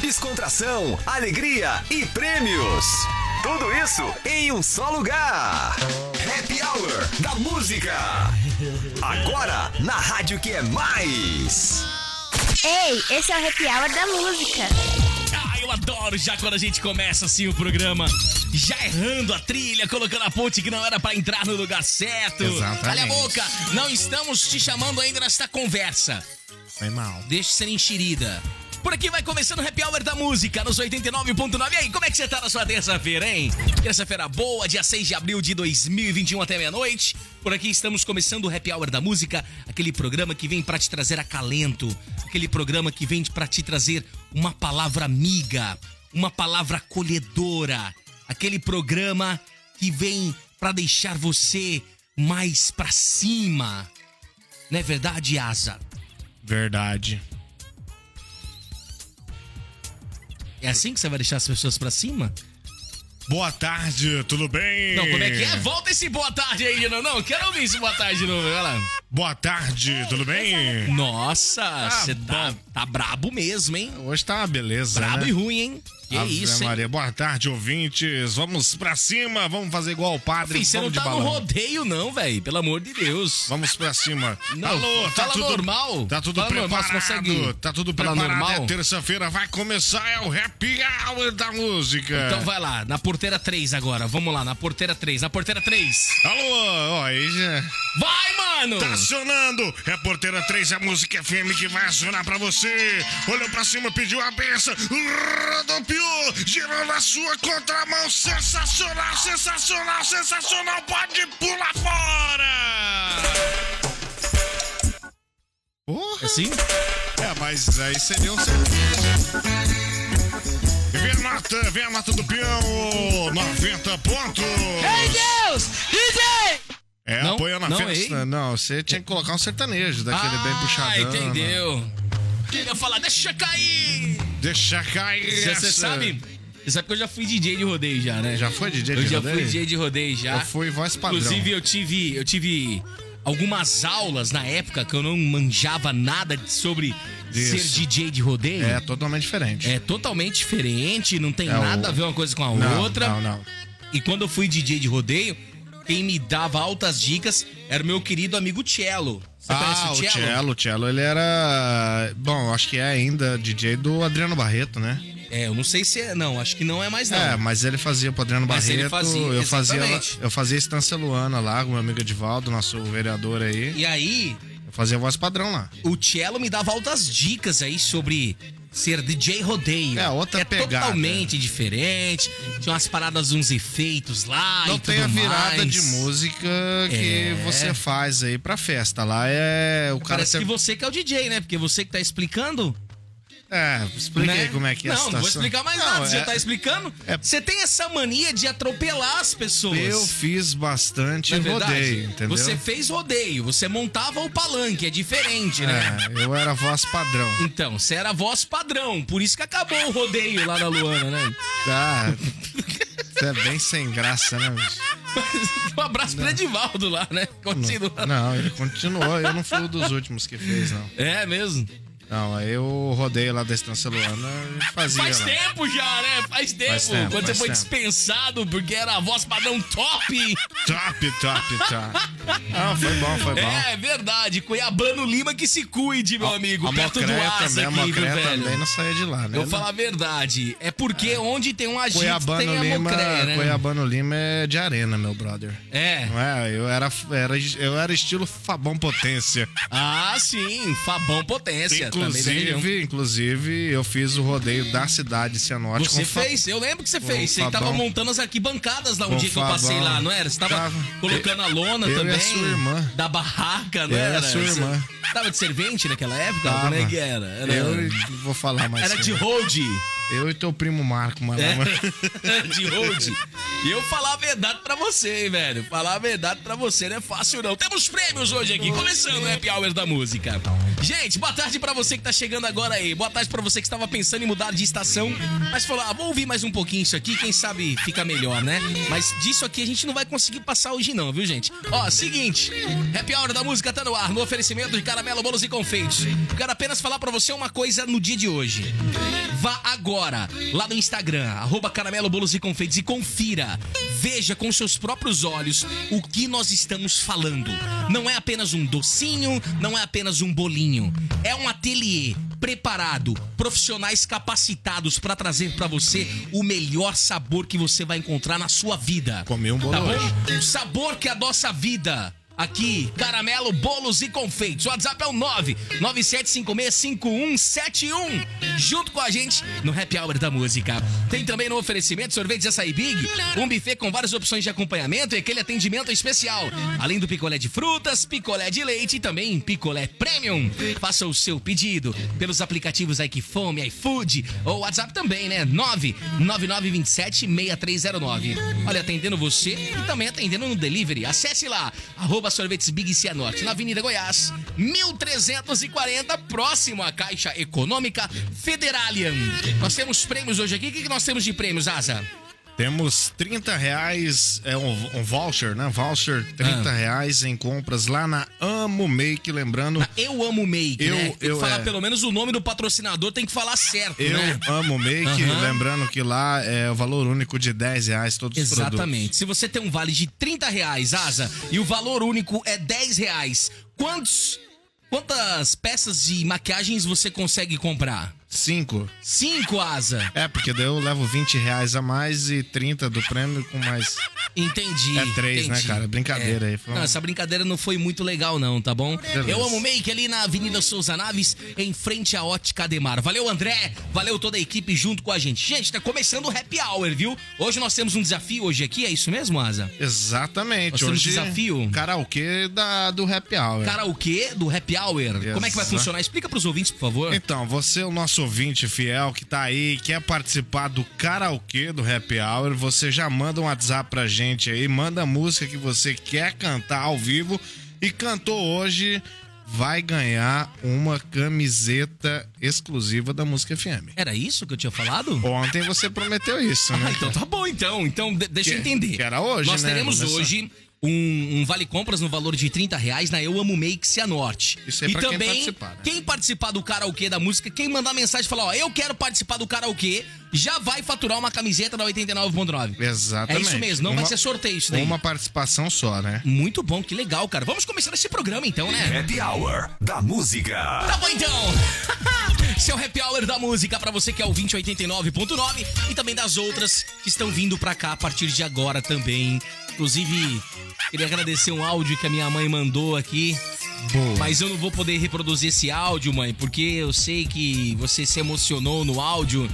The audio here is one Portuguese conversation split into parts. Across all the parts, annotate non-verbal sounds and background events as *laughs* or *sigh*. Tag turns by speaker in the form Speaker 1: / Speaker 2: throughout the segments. Speaker 1: descontração, alegria e prêmios. Tudo isso em um só lugar. Happy Hour da Música. Agora na rádio que é mais.
Speaker 2: Ei, esse é o Happy Hour da Música.
Speaker 3: Ah, eu adoro já quando a gente começa assim o programa. Já errando a trilha, colocando a ponte que não era pra entrar no lugar certo.
Speaker 4: Exatamente.
Speaker 3: Cala a boca, não estamos te chamando ainda nesta conversa.
Speaker 4: Foi mal.
Speaker 3: Deixe ser enxerida. Por aqui vai começando o Happy Hour da Música, nos 89.9. E aí, como é que você tá na sua terça-feira, hein? Terça-feira boa, dia 6 de abril de 2021 até meia-noite. Por aqui estamos começando o Happy Hour da Música, aquele programa que vem pra te trazer acalento, aquele programa que vem pra te trazer uma palavra amiga, uma palavra acolhedora, aquele programa que vem pra deixar você mais pra cima. Não é verdade, Asa?
Speaker 4: Verdade.
Speaker 3: É assim que você vai deixar as pessoas pra cima?
Speaker 4: Boa tarde, tudo bem?
Speaker 3: Não, como é que é? Volta esse boa tarde aí, não, não. Quero ouvir esse boa tarde de novo, vai lá.
Speaker 4: Boa tarde, tudo bem? Ah,
Speaker 3: Nossa, você tá,
Speaker 4: bom.
Speaker 3: tá brabo mesmo, hein?
Speaker 4: Hoje tá uma beleza,
Speaker 3: Brabo
Speaker 4: né?
Speaker 3: e ruim, hein? Que
Speaker 4: Ave
Speaker 3: isso, hein?
Speaker 4: Maria. Boa tarde, ouvintes. Vamos pra cima, vamos fazer igual o padre.
Speaker 3: Fih, você não
Speaker 4: vamos
Speaker 3: tá
Speaker 4: de
Speaker 3: no
Speaker 4: balão.
Speaker 3: rodeio, não, velho. Pelo amor de Deus.
Speaker 4: Vamos pra cima.
Speaker 3: Não,
Speaker 4: Alô, tá
Speaker 3: fala
Speaker 4: tudo
Speaker 3: normal.
Speaker 4: Tá tudo
Speaker 3: Fala normal,
Speaker 4: preparado.
Speaker 3: você consegue
Speaker 4: Tá tudo
Speaker 3: falar
Speaker 4: preparado.
Speaker 3: normal?
Speaker 4: É terça-feira, vai começar é o Happy Hour da música.
Speaker 3: Então vai lá, na porteira 3 agora. Vamos lá, na porteira 3. Na porteira 3.
Speaker 4: Alô, ó, aí já.
Speaker 3: Vai, mano!
Speaker 4: Tá acionando! É Porteira 3, a música FM que vai acionar pra você! Olhou pra cima, pediu a benção, rodopiou, girou na sua contramão! Sensacional, sensacional, sensacional! Pode pular fora!
Speaker 3: É assim?
Speaker 4: É, mas aí seria um serviço. Vem a nota, vem a nota do peão! 90 pontos!
Speaker 3: Deus! DJ!
Speaker 4: É,
Speaker 3: Não,
Speaker 4: apoia na
Speaker 3: não,
Speaker 4: festa.
Speaker 3: ei.
Speaker 4: Não, você tinha que colocar um sertanejo, daquele bem
Speaker 3: Ah,
Speaker 4: puxadão. né?
Speaker 3: entendeu. Queria falar, deixa cair!
Speaker 4: Deixa cair
Speaker 3: Você
Speaker 4: essa.
Speaker 3: sabe? Você sabe que eu já fui DJ de rodeio já, né?
Speaker 4: Já foi DJ
Speaker 3: Eu
Speaker 4: de
Speaker 3: já
Speaker 4: rodeio?
Speaker 3: fui DJ de rodeio já.
Speaker 4: Eu fui voz padrão.
Speaker 3: tá? Inclusive, eu tive, eu tive algumas aulas na época que eu não manjava nada de- sobre
Speaker 4: Disso.
Speaker 3: ser DJ de rodeio.
Speaker 4: É
Speaker 3: É.
Speaker 4: totalmente diferente.
Speaker 3: totalmente diferente, não tem
Speaker 4: É o-
Speaker 3: nada a ver uma coisa com a
Speaker 4: Não,
Speaker 3: outra.
Speaker 4: Não, não.
Speaker 3: E quando eu fui DJ de rodeio, quem me dava altas dicas era o meu querido amigo Cello. Você
Speaker 4: ah, o
Speaker 3: conhece o Cello?
Speaker 4: Cello, o Cello, ele era. Bom, acho que é ainda DJ do Adriano Barreto, né?
Speaker 3: É, eu não sei se é. Não, acho que não é mais não.
Speaker 4: É, mas ele fazia pro Adriano
Speaker 3: Mas
Speaker 4: Barreto.
Speaker 3: ele fazia,
Speaker 4: eu fazia
Speaker 3: exatamente.
Speaker 4: Eu fazia Estância Luana lá, com meu amigo Edivaldo, nosso vereador aí.
Speaker 3: E aí,
Speaker 4: Eu fazia voz padrão lá.
Speaker 3: o Cello me dava altas dicas aí sobre ser DJ rodeio.
Speaker 4: É, outra
Speaker 3: é
Speaker 4: pegada. né?
Speaker 3: totalmente diferente. Tinha umas paradas, uns efeitos lá
Speaker 4: Não
Speaker 3: Ah, e
Speaker 4: tem a
Speaker 3: tudo
Speaker 4: virada
Speaker 3: mais.
Speaker 4: de música que
Speaker 3: É.
Speaker 4: você faz aí pra festa. Lá é. O cara
Speaker 3: Parece
Speaker 4: tem-
Speaker 3: que você que é o DJ, né? Porque você que tá explicando.
Speaker 4: É, expliquei
Speaker 3: né?
Speaker 4: como é que é
Speaker 3: Não,
Speaker 4: a
Speaker 3: não vou
Speaker 4: situação.
Speaker 3: explicar mais
Speaker 4: Não,
Speaker 3: nada. Você
Speaker 4: é-
Speaker 3: já tá explicando.
Speaker 4: é-
Speaker 3: Você tem essa mania de atropelar as pessoas.
Speaker 4: Eu fiz bastante
Speaker 3: Não é verdade?
Speaker 4: rodeio, entendeu?
Speaker 3: Você fez rodeio, você montava o palanque, é diferente, né?
Speaker 4: É, eu era
Speaker 3: *laughs*
Speaker 4: voz padrão.
Speaker 3: Então, você era voz padrão, por isso que acabou o rodeio lá na Luana, né?
Speaker 4: Ah, você é bem sem graça, né? bicho?
Speaker 3: *laughs* Um abraço pro Edivaldo lá, né? Continua.
Speaker 4: Não, ele continuou. Eu não fui um dos últimos que fez, não.
Speaker 3: É mesmo.
Speaker 4: Não, aí eu rodei lá da Estância Luana e fazia.
Speaker 3: Faz
Speaker 4: lá.
Speaker 3: tempo já, né? Faz tempo.
Speaker 4: tempo,
Speaker 3: Quando você
Speaker 4: faz
Speaker 3: foi
Speaker 4: tempo.
Speaker 3: dispensado porque era a voz padrão top.
Speaker 4: Top, top, top. Ah, foi bom, foi bom.
Speaker 3: É, verdade. Cuiabano Lima que se cuide, meu amigo.
Speaker 4: a
Speaker 3: perto do
Speaker 4: Mocré
Speaker 3: Asa
Speaker 4: também, a
Speaker 3: aqui, viu,
Speaker 4: Mocré
Speaker 3: velho?
Speaker 4: também não saía de lá, né?
Speaker 3: Eu falo a verdade. É porque onde tem um agito tem
Speaker 4: Cuiabano
Speaker 3: a
Speaker 4: Lima,
Speaker 3: mocré, né?
Speaker 4: Cuiabano Lima é de arena, meu brother.
Speaker 3: É.
Speaker 4: Não é? Eu era, era, eu era estilo Fabão Potência.
Speaker 3: Ah, sim. Fabão Potência. também né? um- da região.
Speaker 4: Inclusive, inclusive, eu fiz o rodeio da cidade de Cianorte
Speaker 3: Você
Speaker 4: com fa-
Speaker 3: fez, eu lembro que você fez. Você
Speaker 4: Fabão.
Speaker 3: tava montando as arquibancadas lá um
Speaker 4: Com
Speaker 3: dia que eu passei
Speaker 4: Fabão.
Speaker 3: lá, não era? Você tava,
Speaker 4: Tava.
Speaker 3: colocando a lona
Speaker 4: Eu e a
Speaker 3: também.
Speaker 4: sua irmã.
Speaker 3: Da barraca, não
Speaker 4: Eu e a
Speaker 3: era?
Speaker 4: sua
Speaker 3: Você
Speaker 4: irmã.
Speaker 3: Tava de servente naquela época?
Speaker 4: Tava.
Speaker 3: Como é que era? Era,
Speaker 4: Eu vou falar mais.
Speaker 3: era de É?
Speaker 4: sim.
Speaker 3: hold.
Speaker 4: Eu e teu primo Marco, mano. *laughs*
Speaker 3: *laughs* de hold. E eu falar a verdade pra você, hein, velho. Falar a verdade pra você não é fácil, não. Temos prêmios hoje aqui, começando o Happy Hour da Música. Gente, boa tarde pra você que tá chegando agora aí. Boa tarde pra você que estava pensando em mudar de estação, mas falou, ah, vou ouvir mais um pouquinho isso aqui, quem sabe fica melhor, né? Mas disso aqui a gente não vai conseguir passar hoje não, viu, gente? Ó, seguinte, Happy Hour da Música tá no ar, no oferecimento de caramelo, bolos e confeitos. Quero apenas falar pra você uma coisa no dia de hoje. Vá agora lá no Instagram, arroba caramelo, bolos e confeitos e confira. Veja com seus próprios olhos o que nós estamos falando. Não é apenas um docinho, não é apenas um bolinho. É um ateliê preparado, profissionais capacitados pra trazer pra você o melhor sabor que você vai encontrar na sua vida.
Speaker 4: Comi um bolo
Speaker 3: Tá bom?
Speaker 4: hoje.
Speaker 3: O sabor que é a nossa vida. Aqui, caramelo, bolos e confeitos. O WhatsApp é o 997565171. Junto com a gente no Happy Hour da Música. Tem também no oferecimento sorvetes açaí Big, um buffet com várias opções de acompanhamento e aquele atendimento especial. Além do picolé de frutas, picolé de leite e também picolé premium. Faça o seu pedido pelos aplicativos iQfome, iFood ou WhatsApp também, né? 999276309. Olha, atendendo você e também atendendo no delivery. Acesse lá, arroba sorvetes Big Cianorte, na Avenida Goiás, 1340, próximo à Caixa Econômica Federalian. Nós temos prêmios hoje aqui. O que que nós temos de prêmios, Asa?
Speaker 4: Temos 30 reais, é um, um voucher, né? Voucher, 30
Speaker 3: Ah.
Speaker 4: reais em compras lá na Amo Make, lembrando.
Speaker 3: Na Eu amo make,
Speaker 4: Eu-
Speaker 3: né? Tem
Speaker 4: eu,
Speaker 3: que falar
Speaker 4: é.
Speaker 3: pelo menos o nome do patrocinador, tem que falar certo,
Speaker 4: Eu
Speaker 3: né?
Speaker 4: amo make,
Speaker 3: Aham.
Speaker 4: lembrando que lá é o valor único de 10 reais todos os produtos.
Speaker 3: Exatamente. Se você tem um vale de 30 reais, Asa, e o valor único é 10 reais, quantos, quantas peças de maquiagens você consegue comprar?
Speaker 4: 5.
Speaker 3: Cinco, Asa.
Speaker 4: É, porque daí eu levo 20 reais a mais e 30 do prêmio com mais.
Speaker 3: Entendi.
Speaker 4: É três,
Speaker 3: entendi. É.
Speaker 4: né, cara? Brincadeira aí, foi um-
Speaker 3: Não, essa brincadeira não foi muito legal, não, tá bom? Eu amo o Make ali na Avenida Souza Naves, em frente à Ótica Ademar. Valeu, André. Valeu toda a equipe junto com a gente. Gente, tá começando o Happy Hour, viu? Hoje nós temos um desafio hoje aqui, é isso mesmo, Asa?
Speaker 4: Exatamente.
Speaker 3: Nós temos
Speaker 4: Hoje,
Speaker 3: desafio?
Speaker 4: Karaokê da, do Happy Hour. né?
Speaker 3: Karaokê do Happy Hour. Como é que vai funcionar? Explica pros ouvintes, por favor.
Speaker 4: Então, você, o nosso ouvinte fiel que tá aí, quer participar do karaokê do Happy Hour, você já manda um WhatsApp pra gente aí, manda a música que você quer cantar ao vivo e cantou hoje, vai ganhar uma camiseta exclusiva da Música FM.
Speaker 3: Era isso que eu tinha falado?
Speaker 4: Ontem você prometeu isso,
Speaker 3: Ah, *laughs*
Speaker 4: né?
Speaker 3: então tá bom, então. Então, de- deixa eu
Speaker 4: Que-
Speaker 3: entender.
Speaker 4: que era hoje,
Speaker 3: Nós
Speaker 4: né?
Speaker 3: teremos
Speaker 4: Começou.
Speaker 3: hoje um, um Vale Compras no valor de 30 reais na Eu Amo Make Cianorte.
Speaker 4: Isso aí
Speaker 3: e
Speaker 4: pra quem
Speaker 3: também,
Speaker 4: participar, né?
Speaker 3: quem participar do karaokê da música, quem mandar mensagem e falar, ó, eu quero participar do karaokê, já vai faturar uma camiseta da 89.9. É
Speaker 4: Exatamente.
Speaker 3: isso mesmo, não vai
Speaker 4: Uma-
Speaker 3: ser sorteio isso daí.
Speaker 4: Uma participação só, né?
Speaker 3: Muito bom, que legal, cara. Vamos começar esse programa então,
Speaker 4: É.
Speaker 3: né?
Speaker 1: Happy Hour da Música.
Speaker 3: Tá bom então! *laughs* Seu happy hour da música pra você que é o 2089.9 e também das outras que estão vindo pra cá a partir de agora também. Inclusive, queria agradecer um áudio que a minha mãe mandou aqui,
Speaker 4: Boa.
Speaker 3: mas eu não vou poder reproduzir esse áudio, mãe, porque eu sei que você se emocionou no áudio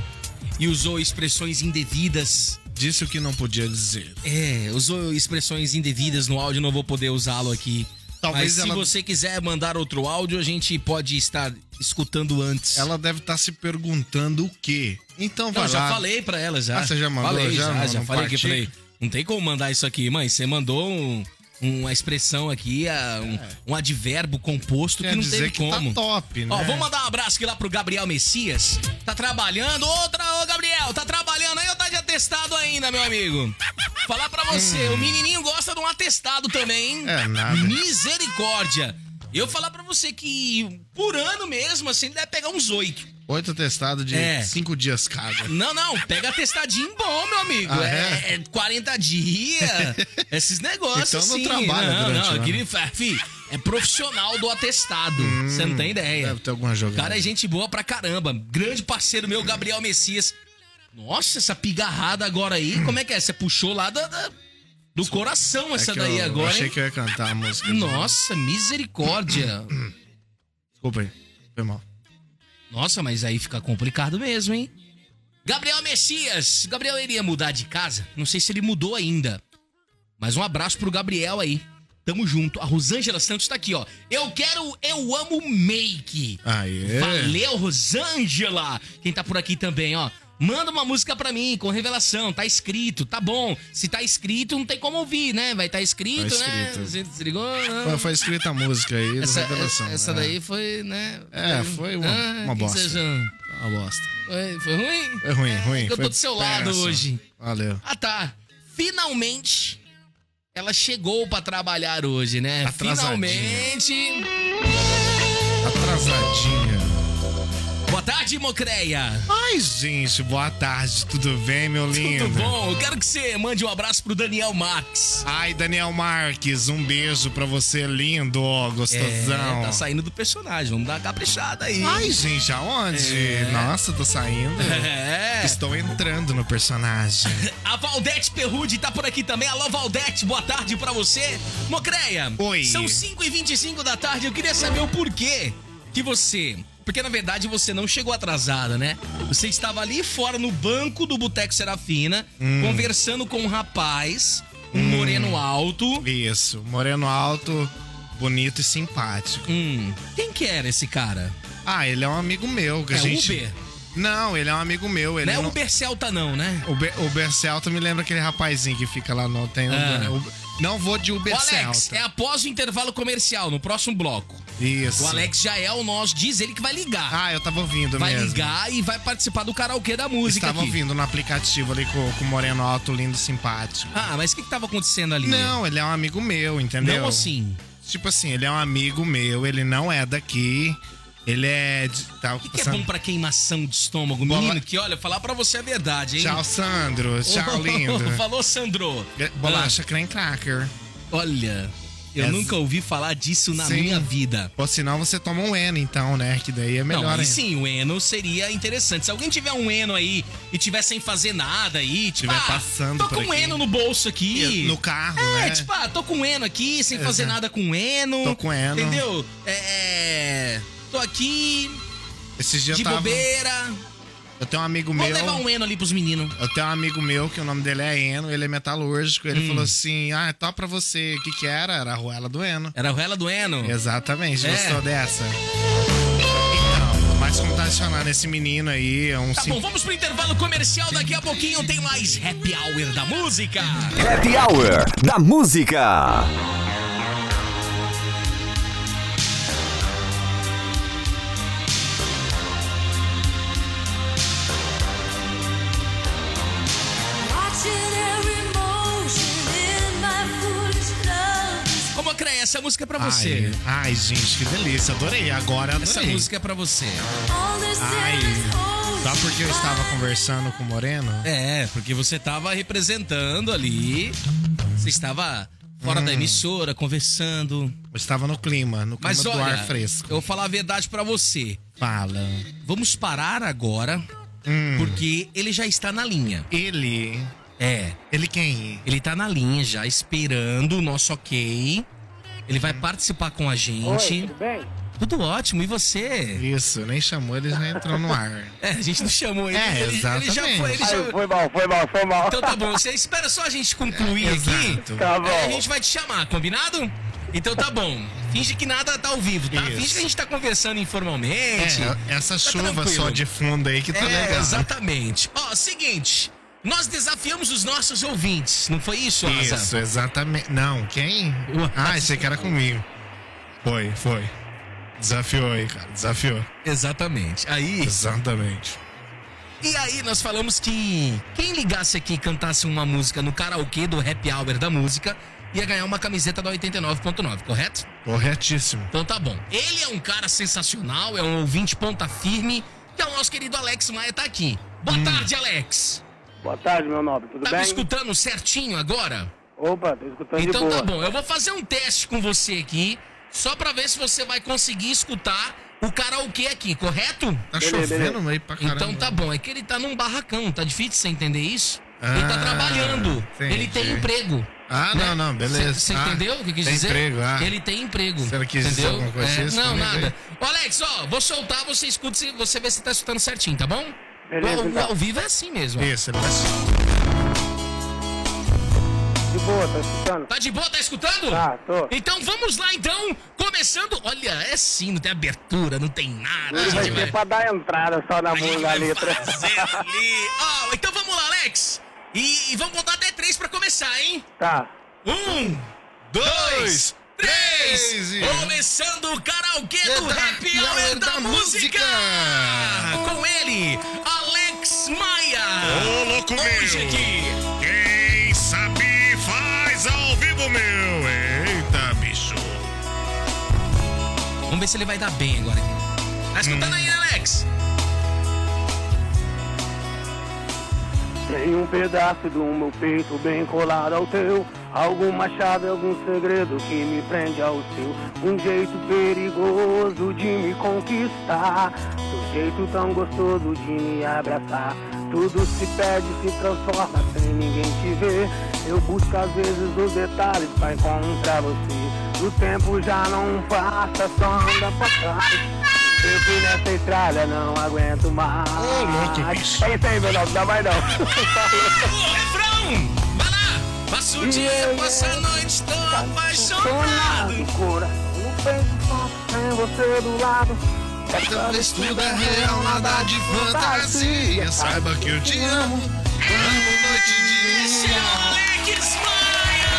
Speaker 3: e usou expressões indevidas.
Speaker 4: Disse o que não podia dizer.
Speaker 3: É, usou expressões indevidas no áudio, não vou poder usá-lo aqui.
Speaker 4: Talvez
Speaker 3: Mas se
Speaker 4: ela-
Speaker 3: você quiser mandar outro áudio, a gente pode estar escutando antes.
Speaker 4: Ela deve estar se perguntando o quê. Então
Speaker 3: Não,
Speaker 4: vai
Speaker 3: já
Speaker 4: lá.
Speaker 3: falei pra ela já.
Speaker 4: Ah, você já mandou?
Speaker 3: Falei,
Speaker 4: Já?
Speaker 3: já, já,
Speaker 4: Não, não
Speaker 3: falei aqui,
Speaker 4: partiu?
Speaker 3: falei. Não tem como mandar isso aqui, mãe. Você mandou um- uma expressão aqui, a- um, um advérbio composto
Speaker 4: Quer
Speaker 3: que não
Speaker 4: dizer
Speaker 3: teve
Speaker 4: que
Speaker 3: como.
Speaker 4: tá top, né?
Speaker 3: Ó, vou mandar um abraço aqui lá pro Gabriel Messias. Tá trabalhando. Outra, ô Gabriel, tá trabalhando aí ou tá de atestado ainda, meu amigo? Falar pra você, o menininho gosta de um atestado também, hein?
Speaker 4: Hum. É nada.
Speaker 3: Misericórdia. Eu falar pra você que por ano mesmo, assim, ele deve pegar uns oito.
Speaker 4: Oito atestados de
Speaker 3: É.
Speaker 4: cinco dias cada.
Speaker 3: Não, não, pega testadinho bom, meu amigo.
Speaker 4: Ah,
Speaker 3: é? é 40 dias,
Speaker 4: *laughs*
Speaker 3: esses negócios.
Speaker 4: Então não
Speaker 3: assim.
Speaker 4: trabalha
Speaker 3: Não,
Speaker 4: durante o
Speaker 3: não,
Speaker 4: ano. Hum,
Speaker 3: aquele, fa- fi, é profissional do atestado. Você não tem ideia.
Speaker 4: Deve ter alguma
Speaker 3: O
Speaker 4: jogada.
Speaker 3: cara é gente boa pra caramba. Grande parceiro meu, Gabriel Messias. Nossa, essa pigarrada agora aí, como é que é? Você puxou lá da- da- do coração
Speaker 4: É
Speaker 3: essa
Speaker 4: que
Speaker 3: daí
Speaker 4: eu,
Speaker 3: agora,
Speaker 4: achei
Speaker 3: hein?
Speaker 4: que eu ia cantar a música.
Speaker 3: Nossa, misericórdia.
Speaker 4: Desculpa aí. Foi mal.
Speaker 3: Nossa, mas aí fica complicado mesmo, hein? Gabriel Messias. Gabriel iria mudar de casa. Não sei se ele mudou ainda. Mas um abraço pro Gabriel aí. Tamo junto. A Rosângela Santos tá aqui, ó. Eu quero, eu amo make.
Speaker 4: Aê.
Speaker 3: Valeu, Rosângela. Quem tá por aqui também, ó. Manda uma música pra mim, com revelação. Tá escrito, tá bom. Se tá escrito, não tem como ouvir, né? Vai tá escrito,
Speaker 4: Tá
Speaker 3: né?
Speaker 4: escrito.
Speaker 3: Você desligou? né?
Speaker 4: Foi, foi escrita a música aí,
Speaker 3: Essa, é,
Speaker 4: da revelação.
Speaker 3: essa
Speaker 4: né?
Speaker 3: daí foi, né?
Speaker 4: É, foi uma- uma
Speaker 3: que
Speaker 4: bosta.
Speaker 3: seja.
Speaker 4: Uma bosta.
Speaker 3: Foi, foi ruim?
Speaker 4: É ruim, ruim.
Speaker 3: que eu tô
Speaker 4: Foi
Speaker 3: do seu lado
Speaker 4: péssimo.
Speaker 3: hoje.
Speaker 4: Valeu.
Speaker 3: Ah, tá. Finalmente, ela chegou pra trabalhar hoje, né?
Speaker 4: Atrasadinha.
Speaker 3: Finalmente.
Speaker 4: Atrasadinha.
Speaker 3: Boa tarde, Mocreia.
Speaker 4: Ai, gente, boa tarde, tudo bem, meu lindo?
Speaker 3: Tudo bom? Eu quero que você mande um abraço pro Daniel Max.
Speaker 4: Ai, Daniel Marques, um beijo pra você, lindo, ó, gostosão.
Speaker 3: É, tá saindo do personagem. Vamos dar uma caprichada aí. *laughs*
Speaker 4: Ai, gente, aonde? Nossa, tô saindo.
Speaker 3: É.
Speaker 4: Estou entrando no personagem.
Speaker 3: A Valdete Perrude tá por aqui também. Alô, Valdete, boa tarde pra você. Mocreia,
Speaker 4: Oi.
Speaker 3: são 5h25 da tarde. Eu queria saber o porquê que você. Porque na verdade você não chegou atrasada, né? Você estava ali fora no banco do Boteco Serafina,
Speaker 4: Hum.
Speaker 3: conversando com um rapaz, um moreno alto.
Speaker 4: Isso, moreno alto, bonito e simpático.
Speaker 3: Hum, quem que era esse cara?
Speaker 4: Ah, ele é um amigo meu. Que a
Speaker 3: É
Speaker 4: gente...
Speaker 3: Uber?
Speaker 4: Não, ele é um amigo meu. Ele
Speaker 3: não é
Speaker 4: não-
Speaker 3: Uber Celta, não, né?
Speaker 4: Uber, Uber Celta me lembra aquele rapazinho que fica lá no. Tem um
Speaker 3: Ah.
Speaker 4: Uber- Não vou de Uber
Speaker 3: O Alex,
Speaker 4: Celta.
Speaker 3: é após o intervalo comercial, no próximo bloco.
Speaker 4: Isso.
Speaker 3: O Alex já é o nosso, diz ele que vai ligar.
Speaker 4: Ah, eu tava ouvindo
Speaker 3: Vai
Speaker 4: mesmo.
Speaker 3: ligar e vai participar do karaokê da música
Speaker 4: Estava
Speaker 3: aqui.
Speaker 4: ouvindo no aplicativo ali com, com o Moreno Alto, lindo, simpático.
Speaker 3: Ah, mas o que, que tava acontecendo ali?
Speaker 4: Não, ele é um amigo meu, entendeu?
Speaker 3: Não assim.
Speaker 4: Tipo assim, ele é um amigo meu, ele não é daqui. Ele é. De, tá,
Speaker 3: O que, que é bom pra queimação de estômago,
Speaker 4: Bola-
Speaker 3: menino? Que olha, falar pra você a verdade, hein?
Speaker 4: Tchau, Sandro.
Speaker 3: *laughs*
Speaker 4: Tchau, lindo. É,
Speaker 3: Falou, Sandro.
Speaker 4: Bolacha Crane Cracker.
Speaker 3: Ah, olha, eu
Speaker 4: É-
Speaker 3: nunca ouvi falar disso na
Speaker 4: Sim.
Speaker 3: minha vida.
Speaker 4: Ou senão você toma um N, então, né? Que daí é melhor
Speaker 3: Não, aí
Speaker 4: ainda.
Speaker 3: sim, o Eno seria interessante. Se alguém tiver um Eno aí e tiver sem fazer nada aí, tipo,
Speaker 4: Tiver
Speaker 3: ah,
Speaker 4: passando
Speaker 3: tô
Speaker 4: por
Speaker 3: com um
Speaker 4: aqui.
Speaker 3: Eno no bolso aqui.
Speaker 4: No carro,
Speaker 3: É,
Speaker 4: né?
Speaker 3: tipo, ah, tô com eno aqui, sem fazer nada com eno.
Speaker 4: Tô com eno.
Speaker 3: Entendeu? É. Tô aqui,
Speaker 4: Esses dias
Speaker 3: de
Speaker 4: eu tava.
Speaker 3: bobeira.
Speaker 4: Eu tenho um amigo
Speaker 3: Vou
Speaker 4: meu.
Speaker 3: levar um eno ali pros meninos.
Speaker 4: Eu tenho um amigo meu que o nome dele é Eno, ele é metalúrgico.
Speaker 3: Hum.
Speaker 4: Ele falou assim: Ah, é top pra você. O que que era? Era a Ruela do Eno.
Speaker 3: Era o Rela do Eno.
Speaker 4: Exatamente,
Speaker 3: É.
Speaker 4: gostou dessa? Então, mas como tá adicionando esse menino aí, é um
Speaker 3: Tá
Speaker 4: sim-
Speaker 3: bom, vamos pro intervalo comercial. Daqui a pouquinho tem mais Happy Hour da Música.
Speaker 1: Happy Hour da Música.
Speaker 5: Watching every motion in my foolish love.
Speaker 3: Como a Creia, essa música é pra
Speaker 4: Ai,
Speaker 3: você.
Speaker 4: Ai, gente, que delícia. Adorei. Agora adorei.
Speaker 3: Essa música é pra você.
Speaker 5: All this
Speaker 4: Ai,
Speaker 5: endless ocean.
Speaker 4: só porque eu estava conversando com o Moreno.
Speaker 3: É, porque você tava representando ali. Você estava fora
Speaker 4: Hum.
Speaker 3: da emissora, conversando.
Speaker 4: Eu estava no clima, no clima
Speaker 3: Mas
Speaker 4: do
Speaker 3: olha,
Speaker 4: ar fresco.
Speaker 3: eu vou falar a verdade pra você.
Speaker 4: Fala.
Speaker 3: Vamos parar agora,
Speaker 4: Hum.
Speaker 3: porque ele já está na linha.
Speaker 4: Ele.
Speaker 3: É,
Speaker 4: Ele quem?
Speaker 3: ele tá na linha já, esperando o nosso ok. Ele vai participar com a gente. tudo bem? Tudo ótimo, e você?
Speaker 4: Isso, nem chamou, ele já entrou
Speaker 3: *laughs*
Speaker 4: no ar.
Speaker 3: É, a gente não chamou ele.
Speaker 4: É,
Speaker 3: ele- ele, já
Speaker 4: exatamente.
Speaker 3: foi, ele já...
Speaker 6: Foi mal, foi mal, foi mal.
Speaker 3: Então tá bom, você espera só a gente concluir aqui.
Speaker 4: É, Exato.
Speaker 6: Tá
Speaker 3: Aí a
Speaker 6: bom.
Speaker 3: gente vai te chamar, combinado? Então tá bom. Finge que nada tá ao vivo, tá?
Speaker 4: Isso.
Speaker 3: Finge que a gente tá conversando informalmente.
Speaker 4: É, essa
Speaker 3: Tá
Speaker 4: chuva
Speaker 3: tranquilo.
Speaker 4: só de fundo aí que tá
Speaker 3: É,
Speaker 4: legal.
Speaker 3: exatamente. Ó, seguinte. Nós desafiamos os nossos ouvintes, não foi isso, Asa?
Speaker 4: Isso, exatamente. Não, quem?
Speaker 3: O
Speaker 4: Ah, esse aqui era comigo. Foi, foi. Desafiou aí, cara. Desafiou.
Speaker 3: Exatamente. Aí.
Speaker 4: Exatamente.
Speaker 3: E aí nós falamos que quem ligasse aqui e cantasse uma música no karaokê do Happy Hour da música ia ganhar uma camiseta da 89.9, correto?
Speaker 4: Corretíssimo.
Speaker 3: Então tá bom. Ele é um cara sensacional, é um ouvinte ponta firme, que é o nosso querido Alex Maia tá aqui. Boa
Speaker 4: Hum.
Speaker 3: tarde, Alex.
Speaker 6: Boa tarde, meu nobre. Tudo
Speaker 3: Tá
Speaker 6: bem?
Speaker 3: me escutando certinho agora?
Speaker 6: Opa, tô escutando
Speaker 3: Então
Speaker 6: de
Speaker 3: tá
Speaker 6: boa.
Speaker 3: bom, eu vou fazer um teste com você aqui, só pra ver se você vai conseguir escutar o karaokê aqui, correto?
Speaker 4: Tá
Speaker 6: Beleza,
Speaker 4: chovendo
Speaker 6: beleza.
Speaker 4: meio pra caramba.
Speaker 3: Então tá bom, é que ele tá num barracão, tá difícil você entender isso? ele tá
Speaker 4: Ah,
Speaker 3: trabalhando, ele tem
Speaker 4: entendi.
Speaker 3: emprego.
Speaker 4: Ah, não, não, beleza.
Speaker 3: Você
Speaker 4: Ah,
Speaker 3: entendeu o que eu quis
Speaker 4: tem
Speaker 3: dizer?
Speaker 4: Emprego, ah.
Speaker 3: Ele tem emprego.
Speaker 4: Se ela quis dizer
Speaker 3: entendeu? É,
Speaker 4: alguma coisa, isso
Speaker 3: não,
Speaker 4: também
Speaker 3: nada. Ô, Alex, ó, vou soltar, você escuta, se- você vê se tá escutando certinho, tá bom?
Speaker 6: Beleza,
Speaker 3: O- o,
Speaker 6: então.
Speaker 4: é
Speaker 3: ao vivo é assim mesmo. ó.
Speaker 4: Isso, ele vai
Speaker 6: de boa, tá escutando?
Speaker 3: Tá de boa? Tá escutando?
Speaker 6: Tá, tô.
Speaker 3: Então vamos lá, então. Começando. Olha, é sim, não tem abertura, não tem nada. A
Speaker 6: Ele vai
Speaker 3: gente vai,
Speaker 6: ser pra dar entrada só na
Speaker 3: a gente
Speaker 6: música, na
Speaker 3: vai
Speaker 6: letra.
Speaker 3: fazer ali. Ó, então vamos lá, Alex. E, e vamos contar até três pra começar, hein?
Speaker 6: Tá.
Speaker 3: Um, dois, três.
Speaker 4: três e-
Speaker 3: Começando o karaokê do
Speaker 4: da-
Speaker 3: Happy
Speaker 4: da-
Speaker 3: Hour da,
Speaker 4: da
Speaker 3: música.
Speaker 4: música.
Speaker 3: Com ele, Alex Maia.
Speaker 7: Ô, louco
Speaker 3: Hoje
Speaker 7: meu.
Speaker 3: aqui.
Speaker 7: Quem sabe faz ao vivo, meu. Eita, bicho.
Speaker 3: Vamos ver se ele vai dar bem agora. Tá escutando
Speaker 4: Hum.
Speaker 3: aí, né, Alex?
Speaker 6: Tem um pedaço do meu peito bem colado ao teu. Alguma chave, algum segredo que me prende ao seu. Um jeito perigoso de me conquistar. Um jeito tão gostoso de me abraçar. Tudo se perde, se transforma sem ninguém te ver. Eu busco às vezes os detalhes pra encontrar você. O tempo já não passa, só anda pra trás. O tempo nessa estrada não aguento mais.
Speaker 7: Ô, louco, bicho.
Speaker 6: É isso aí, meu nome, dá mais não.
Speaker 3: O
Speaker 6: *laughs*
Speaker 3: refrão! Vai lá! Passo o dia,
Speaker 6: Yeah,
Speaker 3: passa a
Speaker 6: yeah. Tá
Speaker 3: noite, tô apaixonado!
Speaker 6: Sonhado, coração no peito, só sem você do lado.
Speaker 4: Talvez tudo é real, nada de fantasia. Saiba que eu te amo. Amo noite e
Speaker 3: Esse é
Speaker 4: dia.
Speaker 3: o Alex Maia!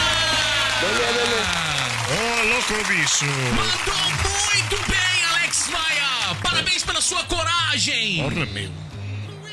Speaker 7: Ô, louco, bicho.
Speaker 3: Mandou muito bem, Alex Maia! Parabéns pela sua coragem!
Speaker 7: Porra, meu.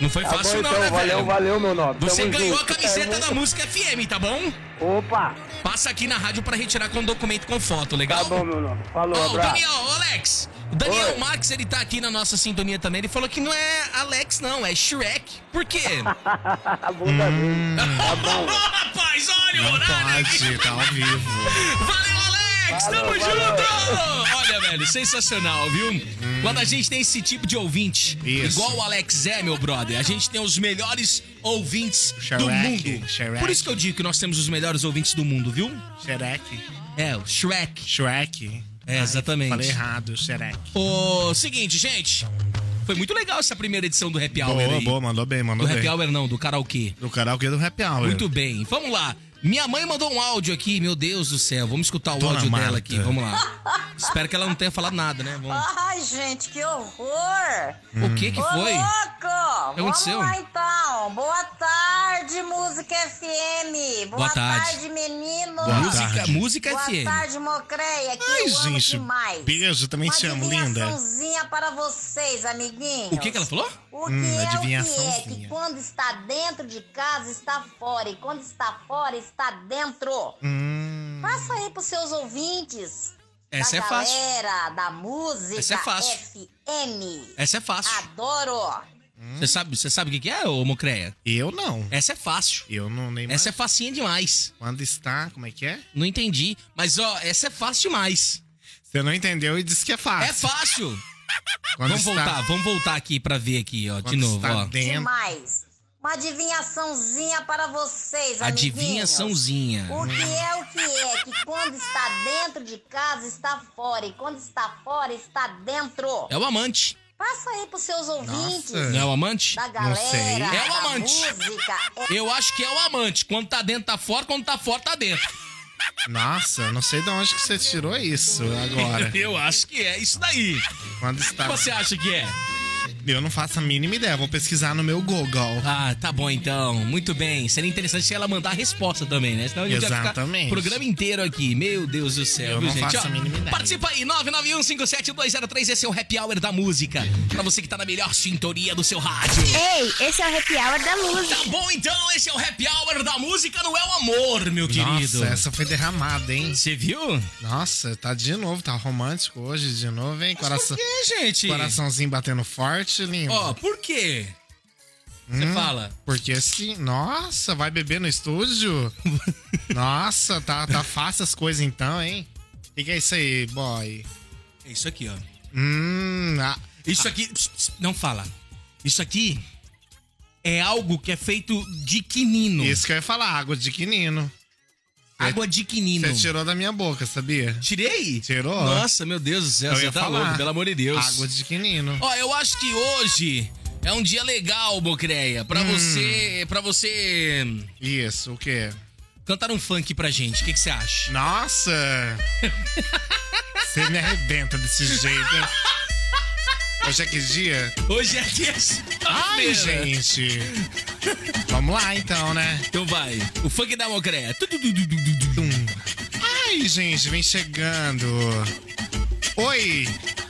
Speaker 3: Não foi
Speaker 6: Tá bom
Speaker 3: fácil, não,
Speaker 6: então,
Speaker 3: né,
Speaker 6: valeu,
Speaker 3: velho?
Speaker 6: valeu, meu nome.
Speaker 3: Você
Speaker 6: Tamo
Speaker 3: ganhou a
Speaker 6: junto.
Speaker 3: camiseta da música FM, tá bom?
Speaker 6: Opa,
Speaker 3: Passa aqui na rádio pra retirar com documento com foto,
Speaker 6: tá
Speaker 3: legal?
Speaker 6: bom, meu nome.
Speaker 3: Ó,
Speaker 6: Falou,
Speaker 3: o
Speaker 6: abraço.
Speaker 3: Daniel, o Alex. O Daniel
Speaker 6: Oi.
Speaker 3: Max, ele tá aqui na nossa sintonia também. Ele falou que não é Alex, não, é Shrek. Por quê?
Speaker 6: A bunda
Speaker 3: Hum.
Speaker 6: dele. bom.
Speaker 3: Rapaz, olha o
Speaker 4: Tá Não
Speaker 3: horário
Speaker 4: pode,
Speaker 3: aqui.
Speaker 4: tá ao vivo.
Speaker 3: Valeu, Alex!
Speaker 6: Valeu,
Speaker 3: Tamo
Speaker 6: valeu.
Speaker 3: junto! Olha, velho, sensacional, viu? Quando a gente tem esse tipo de ouvinte,
Speaker 4: Isso.
Speaker 3: igual o Alex é, meu brother, a gente tem os melhores ouvintes do
Speaker 4: Shrek,
Speaker 3: mundo.
Speaker 4: Shrek.
Speaker 3: Por isso que eu digo que nós temos os melhores ouvintes do mundo, viu?
Speaker 4: Shrek.
Speaker 3: É, o Shrek.
Speaker 4: Shrek.
Speaker 3: É, exatamente.
Speaker 4: Falei errado, Shrek.
Speaker 3: Ô, seguinte, gente. Foi muito legal essa primeira edição do Happy Hour
Speaker 4: Boa,
Speaker 3: aí.
Speaker 4: boa, mandou bem,
Speaker 3: Do
Speaker 4: mandou
Speaker 3: Happy
Speaker 4: bem.
Speaker 3: Hour não, do karaokê.
Speaker 4: Do karaokê do Happy Hour.
Speaker 3: Muito bem, vamos lá. Minha mãe mandou um áudio aqui, meu Deus do céu. Vamos escutar o
Speaker 4: Dona
Speaker 3: áudio dela
Speaker 4: Marta.
Speaker 3: aqui, vamos lá. Espero que ela não tenha falado nada, né? Vamos.
Speaker 2: Ai, gente, que horror!
Speaker 3: O que que
Speaker 2: Ô,
Speaker 3: foi?
Speaker 2: louco!
Speaker 3: aconteceu?
Speaker 2: Vamos lá, então. Boa tarde, Música FM. Boa,
Speaker 3: Boa tarde.
Speaker 2: meninos.
Speaker 4: Boa
Speaker 2: Boa
Speaker 3: Música,
Speaker 4: tarde.
Speaker 3: música
Speaker 2: tarde,
Speaker 3: FM.
Speaker 2: Mocreia. Que
Speaker 4: Ai,
Speaker 2: eu amo
Speaker 4: gente.
Speaker 2: demais.
Speaker 4: Beijo, também
Speaker 2: Uma
Speaker 4: te amo, linda.
Speaker 2: adivinhaçãozinha para vocês, amiguinhos.
Speaker 3: O que que ela falou?
Speaker 2: O que
Speaker 4: Hum,
Speaker 2: é o que é
Speaker 4: adivinhaçãozinha.
Speaker 2: que quando está dentro de casa, está fora. E quando está fora, está dentro.
Speaker 4: Hum,
Speaker 2: Passa aí pros seus ouvintes.
Speaker 3: Essa
Speaker 2: da
Speaker 3: é fácil.
Speaker 2: galera, da música
Speaker 3: Essa é fácil.
Speaker 2: FM.
Speaker 3: Essa é fácil.
Speaker 2: Adoro.
Speaker 3: Você sabe, você sabe o que que é, ô Mocreia?
Speaker 4: eu não.
Speaker 3: Essa é fácil.
Speaker 4: Eu não nem mais.
Speaker 3: Essa é facinha demais.
Speaker 4: Quando está, como é que é?
Speaker 3: Não entendi, mas ó, essa é fácil demais.
Speaker 4: Você não entendeu e disse que é fácil.
Speaker 3: É fácil.
Speaker 4: Quando
Speaker 3: vamos
Speaker 4: está-
Speaker 3: voltar, vamos voltar aqui pra ver aqui, ó, de
Speaker 4: quando
Speaker 3: novo,
Speaker 4: está
Speaker 3: ó.
Speaker 4: dentro.
Speaker 2: Demais. Uma adivinhaçãozinha para vocês, amiguinhos.
Speaker 3: Adivinhaçãozinha.
Speaker 2: O que é o que é que quando está dentro de casa, está fora. E quando está fora, está dentro.
Speaker 3: É o amante.
Speaker 2: Passa aí pros seus ouvintes.
Speaker 4: Nossa.
Speaker 3: Não é o amante?
Speaker 2: Da
Speaker 4: sei.
Speaker 2: galera,
Speaker 3: É o
Speaker 2: da
Speaker 3: amante.
Speaker 2: música.
Speaker 3: Eu acho que é o amante. Quando tá dentro, tá fora. Quando tá fora, tá dentro.
Speaker 4: Nossa, não sei de onde que você tirou isso
Speaker 3: *laughs*
Speaker 4: agora.
Speaker 3: Eu acho que é isso daí.
Speaker 4: Quando
Speaker 3: O
Speaker 4: está.
Speaker 3: que você acha que é?
Speaker 4: Eu não faço a mínima ideia, vou pesquisar no meu Google.
Speaker 3: Ah, tá bom então. Muito bem. Seria interessante se ela mandar a resposta também, né? Senão a gente vai ficar
Speaker 4: Exatamente.
Speaker 3: o programa inteiro aqui. Meu Deus do céu,
Speaker 4: Eu
Speaker 3: viu,
Speaker 4: não
Speaker 3: gente?
Speaker 4: faço a mínima ideia.
Speaker 3: participa aí, 991572003. Esse é o Happy Hour da Música. Pra você que tá na melhor sintonia do seu rádio.
Speaker 8: Ei, esse é o happy hour da música.
Speaker 3: Tá bom então, esse é o Happy Hour da Música, não é o amor, meu querido.
Speaker 4: Nossa, essa foi derramada, hein?
Speaker 3: Você viu?
Speaker 4: Nossa, tá de novo, tá romântico hoje de novo, hein? Coração,
Speaker 3: Por quê, gente?
Speaker 4: coraçãozinho batendo forte, lindo.
Speaker 3: Ó, por quê? Você
Speaker 4: Hum?
Speaker 3: fala.
Speaker 4: Porque assim, nossa, vai beber no estúdio? nossa, tá, tá fácil as coisas então, hein? O que, que é isso aí, boy?
Speaker 3: É isso aqui, ó.
Speaker 4: Hum, ah,
Speaker 3: Isso aqui. Pss, pss, Não fala. Isso aqui é algo que é feito de quinino.
Speaker 4: isso que eu ia falar, água de quinino.
Speaker 3: Água de quinino.
Speaker 4: Você tirou da minha boca, sabia?
Speaker 3: Tirei?
Speaker 4: Tirou?
Speaker 3: Nossa, meu Deus do céu,
Speaker 4: Eu
Speaker 3: você
Speaker 4: ia
Speaker 3: tá
Speaker 4: falar.
Speaker 3: louco, pelo amor de Deus.
Speaker 4: Água de quinino.
Speaker 3: Ó, eu acho que hoje é
Speaker 4: Hum.
Speaker 3: um dia legal, Bocreia, pra você, para você
Speaker 4: Isso, o quê?
Speaker 3: Cantar um funk pra gente, o que que você acha?
Speaker 4: Nossa! Você me arrebenta desse jeito. hein? Hoje é que dia?
Speaker 3: Hoje é dia.
Speaker 4: Ai, gente! Vamos lá então, né?
Speaker 3: Então vai, o funk da Mocré.
Speaker 4: Ai, gente, vem chegando. Oi!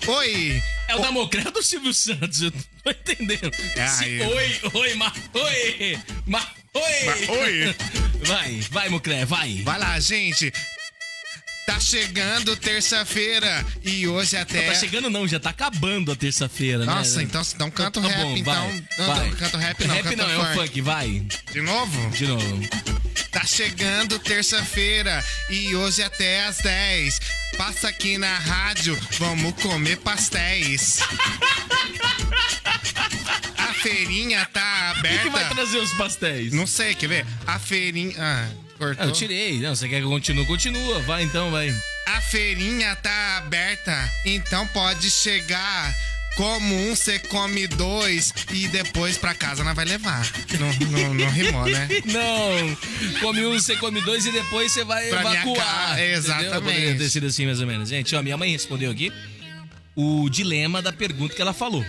Speaker 4: Oi!
Speaker 3: É o da Mocré ou do Silvio Santos, eu não tô entendendo.
Speaker 4: É,
Speaker 3: Se-
Speaker 4: aí.
Speaker 3: oi, oi, ma, oi, ma, oi.
Speaker 4: Ma- oi.
Speaker 3: Vai, vai, Mocré, vai.
Speaker 4: Vai lá, gente! Tá chegando terça-feira e hoje até.
Speaker 3: Tá chegando não, já tá acabando a terça-feira, né?
Speaker 4: é. Nossa, então, então canta o
Speaker 3: Tá
Speaker 4: rap,
Speaker 3: bom,
Speaker 4: então.
Speaker 3: vai,
Speaker 4: Não,
Speaker 3: vai.
Speaker 4: não, canta o rap não,
Speaker 3: Rap
Speaker 4: canta
Speaker 3: não, é o
Speaker 4: forte.
Speaker 3: funk, vai.
Speaker 4: De novo?
Speaker 3: De novo.
Speaker 4: Tá chegando terça-feira e hoje até às 10. Passa aqui na rádio, vamos comer
Speaker 3: *laughs*
Speaker 4: pastéis. A feirinha tá
Speaker 3: Quem que vai
Speaker 4: aberta.
Speaker 3: trazer os pastéis?
Speaker 4: Não sei, quer ver? A feirinha.
Speaker 3: Ah,
Speaker 4: Ah,
Speaker 3: eu
Speaker 4: cortou.
Speaker 3: tirei. Não, você quer que eu continue? Continua, vai então, vai.
Speaker 4: A feirinha tá aberta, então pode chegar. Como um, você come dois e depois pra casa não vai levar. Não, não, não rimou, né?
Speaker 3: Não, come um, você come dois e depois você vai
Speaker 4: Pra minha
Speaker 3: evacuar.
Speaker 4: casa,
Speaker 3: entendeu?
Speaker 4: exatamente.
Speaker 3: Poderia ter sido assim mais ou menos. Gente, ó, minha mãe respondeu aqui o dilema da pergunta que ela falou.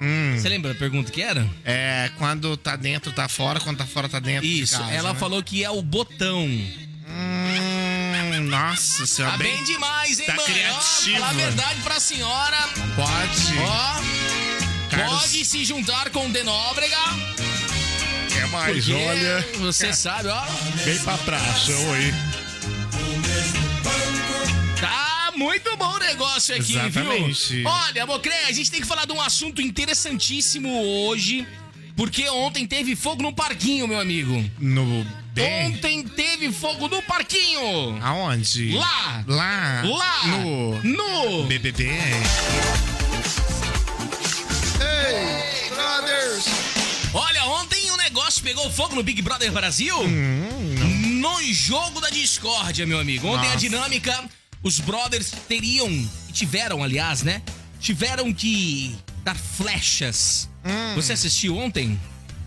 Speaker 4: Hum.
Speaker 3: Você lembra da pergunta que era?
Speaker 4: É, quando tá dentro, tá fora, quando tá fora, tá dentro. de
Speaker 3: Isso,
Speaker 4: casa,
Speaker 3: ela
Speaker 4: né?
Speaker 3: falou que é o botão.
Speaker 4: Hum, nossa senhora,
Speaker 3: Tá
Speaker 4: bem,
Speaker 3: bem, demais, hein,
Speaker 4: tá
Speaker 3: mãe?
Speaker 4: criativa.
Speaker 3: Ó, falar a verdade pra senhora,
Speaker 4: pode.
Speaker 3: ó,
Speaker 4: Carlos-
Speaker 3: pode se juntar com o Denóbrega.
Speaker 7: É mais,
Speaker 3: porque
Speaker 7: olha,
Speaker 3: Você sabe, ó.
Speaker 7: vem pra praça, oi.
Speaker 3: Tá muito bom o negócio aqui,
Speaker 4: Exatamente.
Speaker 3: viu? Olha, Mocré, a gente tem que falar de um assunto interessantíssimo hoje, porque ontem teve fogo no parquinho, meu amigo.
Speaker 4: No bem,
Speaker 3: Ontem teve fogo no parquinho!
Speaker 4: aonde?
Speaker 3: Lá!
Speaker 4: Lá!
Speaker 3: Lá!
Speaker 4: No
Speaker 3: No!
Speaker 4: BBB. Ei, brothers!
Speaker 3: Olha, ontem o negócio pegou fogo no Big Brother Brasil no jogo da discórdia, meu amigo. Ontem a
Speaker 4: Hum, Nossa.
Speaker 3: dinâmica, os brothers teriam, e tiveram, aliás, né? Tiveram que dar flechas.
Speaker 4: Hum.
Speaker 3: Você assistiu ontem?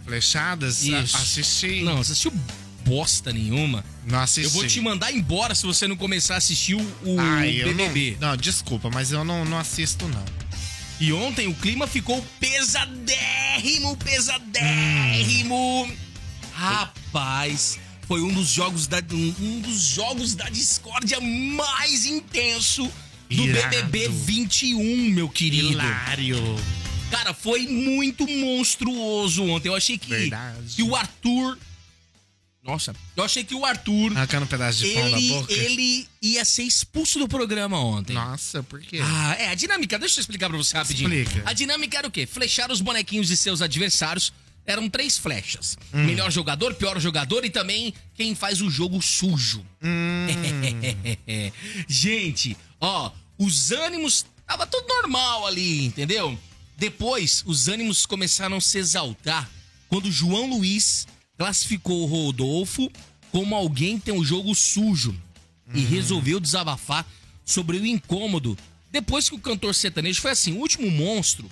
Speaker 4: Flechadas?
Speaker 3: Isso.
Speaker 4: A- Assisti.
Speaker 3: Não, assistiu bosta nenhuma.
Speaker 4: Não assisti.
Speaker 3: Eu vou te um mandar embora se você não começar a assistir o, o
Speaker 4: Ai, eu
Speaker 3: BBB.
Speaker 4: Não, não, desculpa, mas eu não, não assisto, não.
Speaker 3: E ontem o clima ficou pesadérrimo, pesadérrimo. Rapaz, foi um dos jogos da um um dos jogos da discórdia mais intenso do
Speaker 4: Irado.
Speaker 3: BBB 21, meu querido.
Speaker 4: Hilário.
Speaker 3: Cara, foi muito monstruoso ontem. Eu achei que
Speaker 4: Verdade.
Speaker 3: que o Arthur Nossa, eu achei que o Arthur
Speaker 4: Arrancando um pedaço de pão da
Speaker 3: ele,
Speaker 4: boca.
Speaker 3: ele ia ser expulso do programa ontem.
Speaker 4: Nossa, por quê?
Speaker 3: Ah, é, a dinâmica, deixa eu explicar pra você rapidinho.
Speaker 4: Explica.
Speaker 3: A dinâmica era o quê? Flechar os bonequinhos de seus adversários. Eram três flechas.
Speaker 4: Hum.
Speaker 3: Melhor jogador, pior jogador e também quem faz o jogo sujo. *laughs* Gente, ó, os ânimos tava tudo normal ali, entendeu? Depois, os ânimos começaram a se exaltar quando João Luiz classificou o Rodolfo como alguém que tem um jogo sujo e
Speaker 4: Uhum.
Speaker 3: resolveu desabafar sobre o incômodo. Depois que o cantor sertanejo foi assim, o último monstro,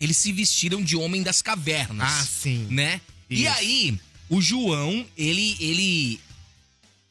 Speaker 3: eles se vestiram de homem das cavernas.
Speaker 4: Ah, sim.
Speaker 3: Né? E
Speaker 4: Isso.
Speaker 3: aí, o João, ele, ele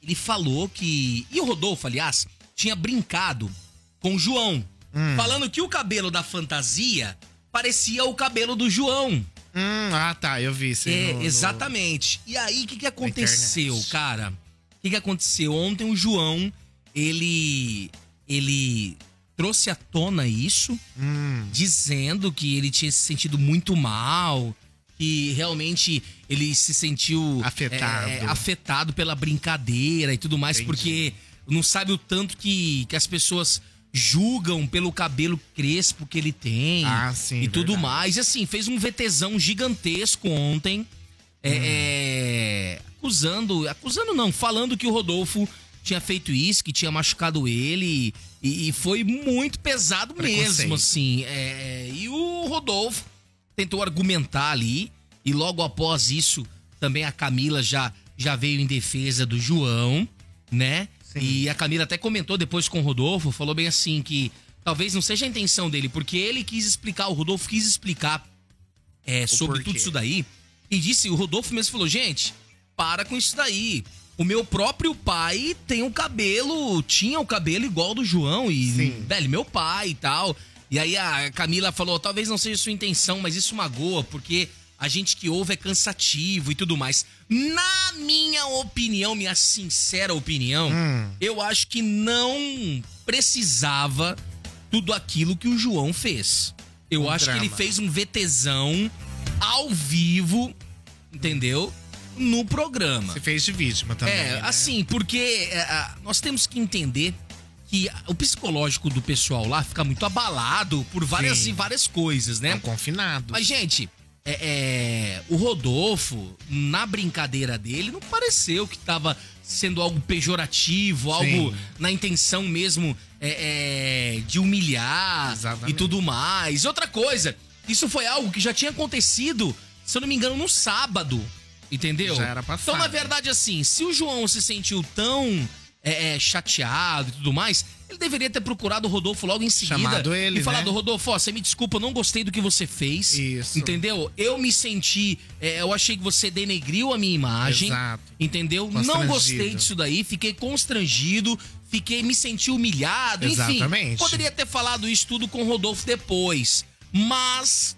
Speaker 3: ele falou que. E o Rodolfo, aliás, tinha brincado com o João,
Speaker 4: Hum.
Speaker 3: falando que o cabelo da fantasia parecia o cabelo do João.
Speaker 4: Hum, ah, tá, eu vi isso. aí
Speaker 3: É,
Speaker 4: no- no-
Speaker 3: exatamente. E aí, o que, que aconteceu,
Speaker 4: internet.
Speaker 3: cara? O que, que aconteceu? Ontem o João, ele. ele trouxe à tona isso,
Speaker 4: Hum,
Speaker 3: dizendo que ele tinha se sentido muito mal, que realmente ele se sentiu
Speaker 4: Afetado.
Speaker 3: é, afetado pela brincadeira e tudo mais,
Speaker 4: Entendi.
Speaker 3: porque não sabe o tanto que, que as pessoas julgam pelo cabelo crespo que ele tem
Speaker 4: Ah, sim,
Speaker 3: e tudo
Speaker 4: verdade.
Speaker 3: mais. E assim, fez um VTzão gigantesco ontem,
Speaker 4: Hum.
Speaker 3: é, é, acusando, acusando não, falando que o Rodolfo tinha feito isso, que tinha machucado ele e, e foi muito pesado mesmo,
Speaker 4: Preconceito.
Speaker 3: assim. é, e o Rodolfo tentou argumentar ali e logo após isso também a Camila já, já veio em defesa do João, né?
Speaker 4: Sim.
Speaker 3: E a Camila até comentou depois com o Rodolfo, falou bem assim que talvez não seja a intenção dele, porque ele quis explicar, o Rodolfo quis explicar é, sobre
Speaker 4: porquê.
Speaker 3: tudo isso daí e disse, o Rodolfo mesmo falou, gente, para com isso daí. O meu próprio pai tem um cabelo, tinha o um cabelo igual ao do João e,
Speaker 4: Sim.
Speaker 3: velho, meu pai e tal. E aí a Camila falou, talvez não seja sua intenção, mas isso magoa, porque a gente que ouve é cansativo e tudo mais. Na minha opinião, minha sincera opinião,
Speaker 4: Hum.
Speaker 3: eu acho que não precisava tudo aquilo que o João fez. Eu acho que ele
Speaker 4: drama.
Speaker 3: fez um VTzão ao vivo, entendeu? No programa.
Speaker 4: Você fez de vítima também.
Speaker 3: É,
Speaker 4: né?
Speaker 3: assim, porque é, a- nós temos que entender que a- o psicológico do pessoal lá fica muito abalado por várias,
Speaker 4: Sim.
Speaker 3: várias coisas, né?
Speaker 4: Tão É um confinado.
Speaker 3: Mas, gente, é, é, o Rodolfo, na brincadeira dele, não pareceu que tava sendo algo pejorativo,
Speaker 4: Sim.
Speaker 3: algo na intenção mesmo é, é, de humilhar
Speaker 4: Exatamente.
Speaker 3: e tudo mais. Outra coisa, isso foi algo que já tinha acontecido, se eu não me engano, no sábado. Entendeu?
Speaker 4: Já era
Speaker 3: Então,
Speaker 4: passado.
Speaker 3: na verdade, assim, se o João se sentiu tão é, é, chateado e tudo mais, ele deveria ter procurado o Rodolfo logo em seguida.
Speaker 4: Chamado ele,
Speaker 3: E falado,
Speaker 4: né?
Speaker 3: Rodolfo, ó, você me desculpa, eu não gostei do que você fez.
Speaker 4: Isso.
Speaker 3: Entendeu? Eu me senti. é, eu achei que você denegriu a minha imagem.
Speaker 4: Exato.
Speaker 3: Entendeu? Não
Speaker 4: Constrangido.
Speaker 3: gostei disso daí, fiquei constrangido, fiquei, me senti humilhado. Enfim,
Speaker 4: Exatamente.
Speaker 3: poderia ter falado isso tudo com o Rodolfo depois. Mas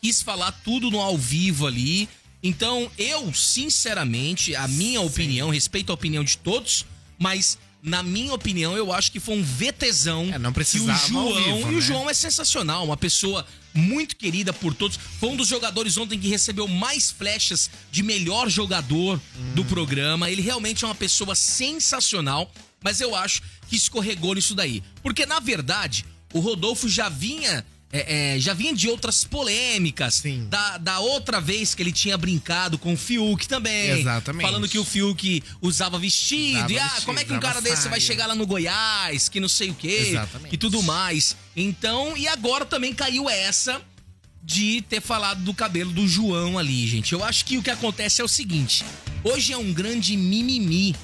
Speaker 3: quis falar tudo no ao vivo ali. Então, eu, sinceramente, a minha opinião, respeito a opinião de todos, mas na minha opinião, eu acho que foi um VTzão.
Speaker 4: É, não precisava
Speaker 3: que o João,
Speaker 4: ao vivo,
Speaker 3: e o
Speaker 4: né?
Speaker 3: João é sensacional, uma pessoa muito querida por todos. Foi um dos jogadores ontem que recebeu mais flechas de melhor jogador
Speaker 4: Hum.
Speaker 3: do programa. Ele realmente é uma pessoa sensacional, mas eu acho que escorregou nisso daí. Porque, na verdade, o Rodolfo já vinha. é, é, já vinha de outras polêmicas.
Speaker 4: Sim.
Speaker 3: Da, da outra vez que ele tinha brincado com o Fiuk também.
Speaker 4: Exatamente.
Speaker 3: Falando que o Fiuk usava vestido.
Speaker 4: Usava
Speaker 3: e ah,
Speaker 4: vestido,
Speaker 3: como é que um
Speaker 4: usava
Speaker 3: cara desse vai
Speaker 4: saia."
Speaker 3: chegar lá no Goiás? Que não sei o quê
Speaker 4: Exatamente.
Speaker 3: e tudo mais. Então, e agora também caiu essa de ter falado do cabelo do João ali, gente. Eu acho que o que acontece é o seguinte: hoje é um grande mimimi,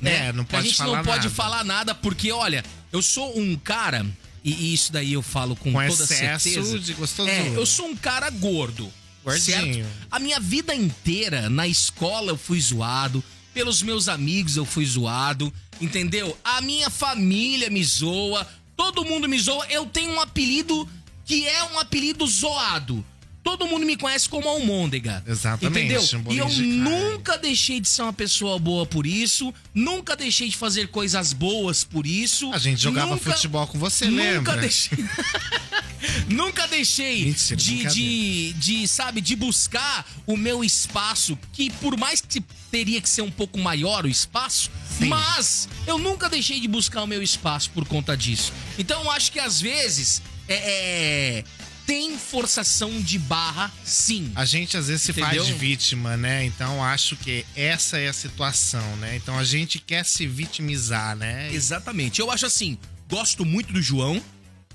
Speaker 3: né?
Speaker 4: É, não
Speaker 3: a
Speaker 4: pode
Speaker 3: gente não
Speaker 4: falar
Speaker 3: pode
Speaker 4: nada.
Speaker 3: falar nada porque, olha, eu sou um cara e isso daí eu falo com,
Speaker 4: Com
Speaker 3: toda
Speaker 4: excesso
Speaker 3: certeza.
Speaker 4: de gostosura.
Speaker 3: É, eu sou um cara gordo.
Speaker 4: Gordinho.
Speaker 3: Certo? A minha vida inteira, na escola eu fui zoado, pelos meus amigos eu fui zoado, entendeu? A minha família me zoa, todo mundo me zoa. Eu tenho um apelido que é um apelido zoado. Todo mundo me conhece como Almôndega.
Speaker 4: Exatamente,
Speaker 3: Entendeu?
Speaker 4: um
Speaker 3: e
Speaker 4: bolinho
Speaker 3: eu
Speaker 4: de carne.
Speaker 3: nunca deixei de ser uma pessoa boa por isso, nunca deixei de fazer coisas boas por isso.
Speaker 4: A gente jogava
Speaker 3: nunca-
Speaker 4: futebol com você,
Speaker 3: nunca
Speaker 4: lembra?
Speaker 3: Deixei... *laughs* nunca deixei
Speaker 4: Mentira,
Speaker 3: de, de,
Speaker 4: brincadeira.
Speaker 3: de, sabe, de buscar o meu espaço, que por mais que teria que ser um pouco maior o espaço, mas eu nunca deixei de buscar o meu espaço por conta disso. Então eu acho que às vezes é, é, tem forçação de barra, sim.
Speaker 4: A gente às vezes se
Speaker 3: Entendeu?
Speaker 4: faz de vítima, né? Então acho que essa é a situação, né? Então a gente quer se vitimizar, né?
Speaker 3: Exatamente. Eu acho assim, gosto muito do João,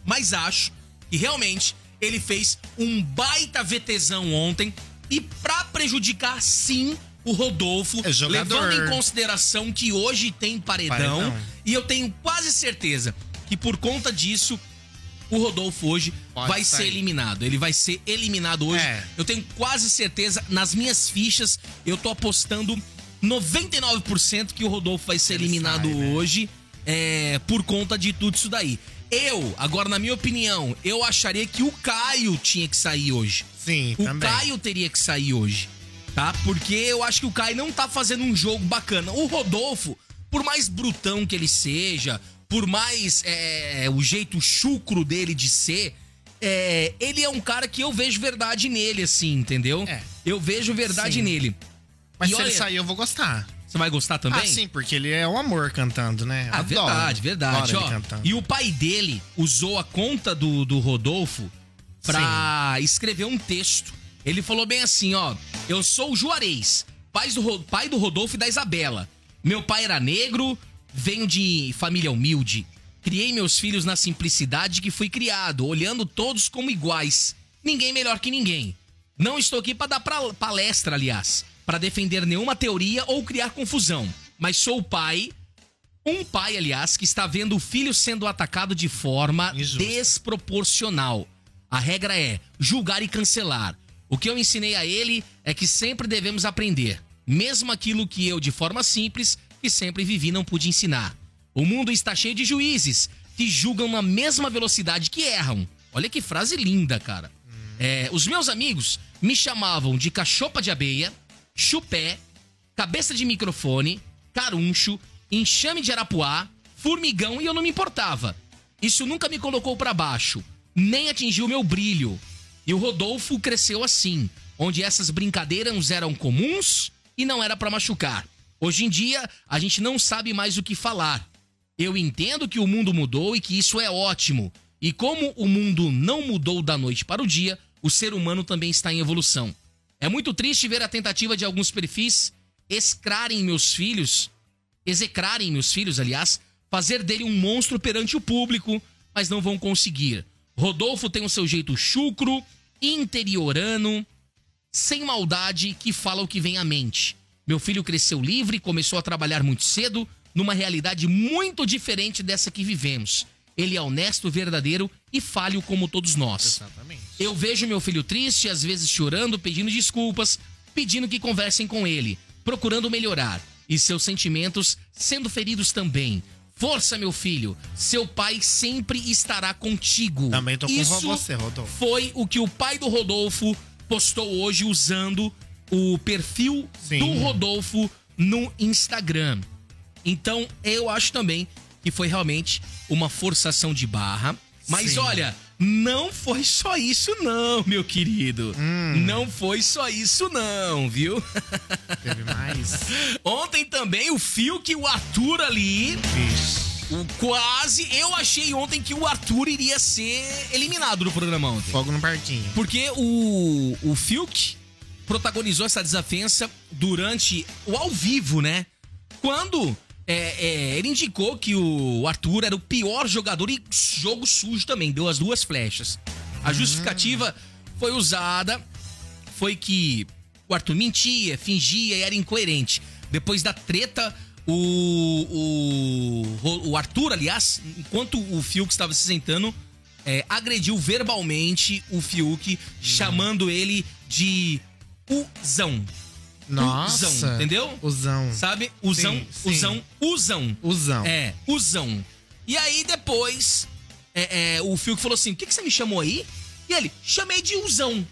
Speaker 3: mas acho que realmente ele fez um baita VTzão ontem e pra prejudicar sim o Rodolfo,
Speaker 4: É jogador.
Speaker 3: levando em consideração que hoje tem paredão,
Speaker 4: Paredão.
Speaker 3: e eu tenho quase certeza que por conta disso o Rodolfo hoje
Speaker 4: Pode
Speaker 3: vai ser
Speaker 4: sair.
Speaker 3: eliminado. Ele vai ser eliminado hoje.
Speaker 4: É.
Speaker 3: Eu tenho quase certeza, nas minhas fichas, eu tô apostando 99% que o Rodolfo vai ser
Speaker 4: Ele
Speaker 3: eliminado
Speaker 4: sai, né?
Speaker 3: hoje é, por conta de tudo isso daí. Eu, agora na minha opinião, eu acharia que o Caio tinha que sair hoje.
Speaker 4: Sim,
Speaker 3: O
Speaker 4: também.
Speaker 3: Caio teria que sair hoje, tá? Porque eu acho que o Caio não tá fazendo um jogo bacana. O Rodolfo, por mais brutão que ele seja, por mais é, o jeito chucro dele de ser, é, ele é um cara que eu vejo verdade nele, assim, entendeu?
Speaker 4: É.
Speaker 3: Eu vejo verdade
Speaker 4: Sim.
Speaker 3: nele.
Speaker 4: Mas
Speaker 3: E
Speaker 4: se
Speaker 3: olha-
Speaker 4: ele sair, eu vou gostar.
Speaker 3: Você vai gostar também?
Speaker 4: Ah, sim, porque ele é o amor cantando, né?
Speaker 3: Ah,
Speaker 4: Adoro.
Speaker 3: verdade, verdade.
Speaker 4: Adoro
Speaker 3: ó.
Speaker 4: ele cantando.
Speaker 3: e o pai dele usou a conta do, do Rodolfo pra escrever um texto. Ele falou bem assim, ó. Eu sou o Juarez, pai do, Ro- pai do Rodolfo e da Isabela. Meu pai era negro, venho de família humilde. Criei meus filhos na simplicidade que fui criado, olhando todos como iguais. Ninguém melhor que ninguém. Não estou aqui para dar pra- palestra, aliás, para defender nenhuma teoria ou criar confusão. Mas sou o pai um pai, aliás, que está vendo o filho sendo atacado de forma
Speaker 4: Injusta.
Speaker 3: desproporcional. A regra é julgar e cancelar. O que eu ensinei a ele é que sempre devemos aprender. mesmo aquilo que eu, de forma simples, que sempre vivi, não pude ensinar. O mundo está cheio de juízes que julgam na mesma velocidade que erram. Olha que frase linda, cara. É, os meus amigos me chamavam de cachopa de abeia, chupé, cabeça de microfone, caruncho, enxame de arapuá, formigão e eu não me importava. Isso nunca me colocou pra baixo, nem atingiu meu brilho. E o Rodolfo cresceu assim, onde essas brincadeiras eram comuns e não era pra machucar. Hoje em dia, a gente não sabe mais o que falar. Eu entendo que o mundo mudou e que isso é ótimo. E como o mundo não mudou da noite para o dia, o ser humano também está em evolução. É muito triste ver a tentativa de alguns perfis escrarem meus filhos, execrarem meus filhos, aliás, fazer dele um monstro perante o público, mas não vão conseguir. Rodolfo tem o seu jeito chucro, interiorano, sem maldade, que fala o que vem à mente. Meu filho cresceu livre, começou a trabalhar muito cedo, numa realidade muito diferente dessa que vivemos. Ele é honesto, verdadeiro e falho como todos nós. Eu vejo meu filho triste, às vezes chorando, pedindo desculpas, pedindo que conversem com ele, procurando melhorar. E seus sentimentos sendo feridos também. Força, meu filho. Seu pai sempre estará contigo.
Speaker 4: Também tô com
Speaker 3: Isso
Speaker 4: você, Rodolfo.
Speaker 3: Foi o que o pai do Rodolfo postou hoje usando o perfil
Speaker 4: Sim.
Speaker 3: do Rodolfo no Instagram. Então, eu acho também que foi realmente uma forçação de barra. Mas
Speaker 4: Sim.
Speaker 3: olha, não foi só isso não, meu querido. Não foi só isso não, viu? *laughs*
Speaker 4: Teve mais. *laughs*
Speaker 3: Ontem também o fio que o Arthur ali, o quase, eu achei ontem que o Arthur iria ser eliminado do programa ontem.
Speaker 4: Fogo no parquinho.
Speaker 3: Porque o, o Fiuk protagonizou essa desavença durante o ao vivo, né? Quando é, é, ele indicou que o Arthur era o pior jogador e jogo sujo também, deu as duas flechas. A justificativa foi usada, foi que o Arthur mentia, fingia e era incoerente. Depois da treta, o, o, o Arthur, aliás, enquanto o Fiuk estava se sentando, é, agrediu verbalmente o Fiuk, chamando ele de Uzão.
Speaker 4: Nossa.
Speaker 3: Usão, entendeu?
Speaker 4: Usão.
Speaker 3: Sabe? Usão,
Speaker 4: Sim, sim.
Speaker 3: usão, usão.
Speaker 4: Usão.
Speaker 3: É, usão. E aí depois, é, é, o Fiuk falou assim: o que, que você me chamou aí? E ele, chamei de usão.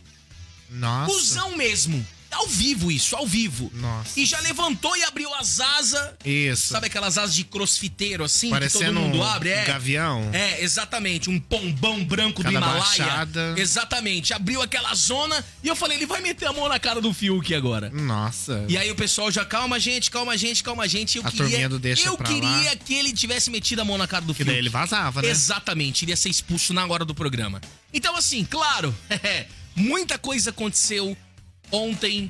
Speaker 4: Nossa.
Speaker 3: Usão mesmo. Ao vivo isso, ao vivo.
Speaker 4: Nossa.
Speaker 3: E já levantou e abriu as asas.
Speaker 4: Isso.
Speaker 3: Sabe aquelas asas de crossfiteiro assim? que
Speaker 4: Parecendo
Speaker 3: todo
Speaker 4: um
Speaker 3: mundo abre? É.
Speaker 4: gavião.
Speaker 3: É, exatamente. Um pombão branco
Speaker 4: Cada
Speaker 3: do Himalaia.
Speaker 4: baixada.
Speaker 3: Exatamente. Abriu aquela zona e eu falei, ele vai meter a mão na cara do Fiuk agora.
Speaker 4: Nossa.
Speaker 3: E aí o pessoal já, calma gente, calma gente, calma gente. Eu
Speaker 4: A
Speaker 3: queria,
Speaker 4: turminha do deixa
Speaker 3: eu
Speaker 4: pra lá.
Speaker 3: queria que ele tivesse metido a mão na cara do
Speaker 4: que
Speaker 3: Fiuk.
Speaker 4: daí ele vazava, né?
Speaker 3: Exatamente, iria ser expulso na hora do programa. Então, assim, claro, *laughs* muita coisa aconteceu ontem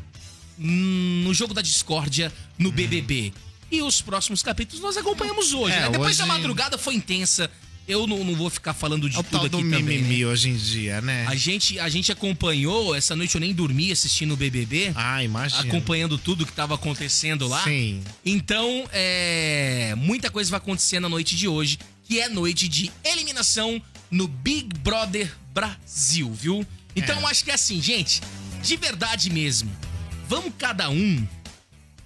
Speaker 3: hum, no jogo da discórdia no BBB. E os próximos capítulos nós acompanhamos hoje,
Speaker 4: Hum. É,
Speaker 3: né? Depois
Speaker 4: hoje-
Speaker 3: da madrugada foi intensa. Eu não, não vou ficar falando de
Speaker 4: É o
Speaker 3: tudo
Speaker 4: tal
Speaker 3: aqui
Speaker 4: do
Speaker 3: também.
Speaker 4: mimimi
Speaker 3: né?
Speaker 4: hoje em dia, né?
Speaker 3: A gente, a gente acompanhou, essa noite eu nem dormi assistindo o BBB,
Speaker 4: Ah, imagina.
Speaker 3: acompanhando tudo que estava acontecendo lá.
Speaker 4: Sim.
Speaker 3: Então, é, muita coisa vai acontecer na noite de hoje, que é noite de eliminação no Big Brother Brasil, viu? Então,
Speaker 4: É.
Speaker 3: eu acho que é assim, gente, de verdade mesmo, vamos cada um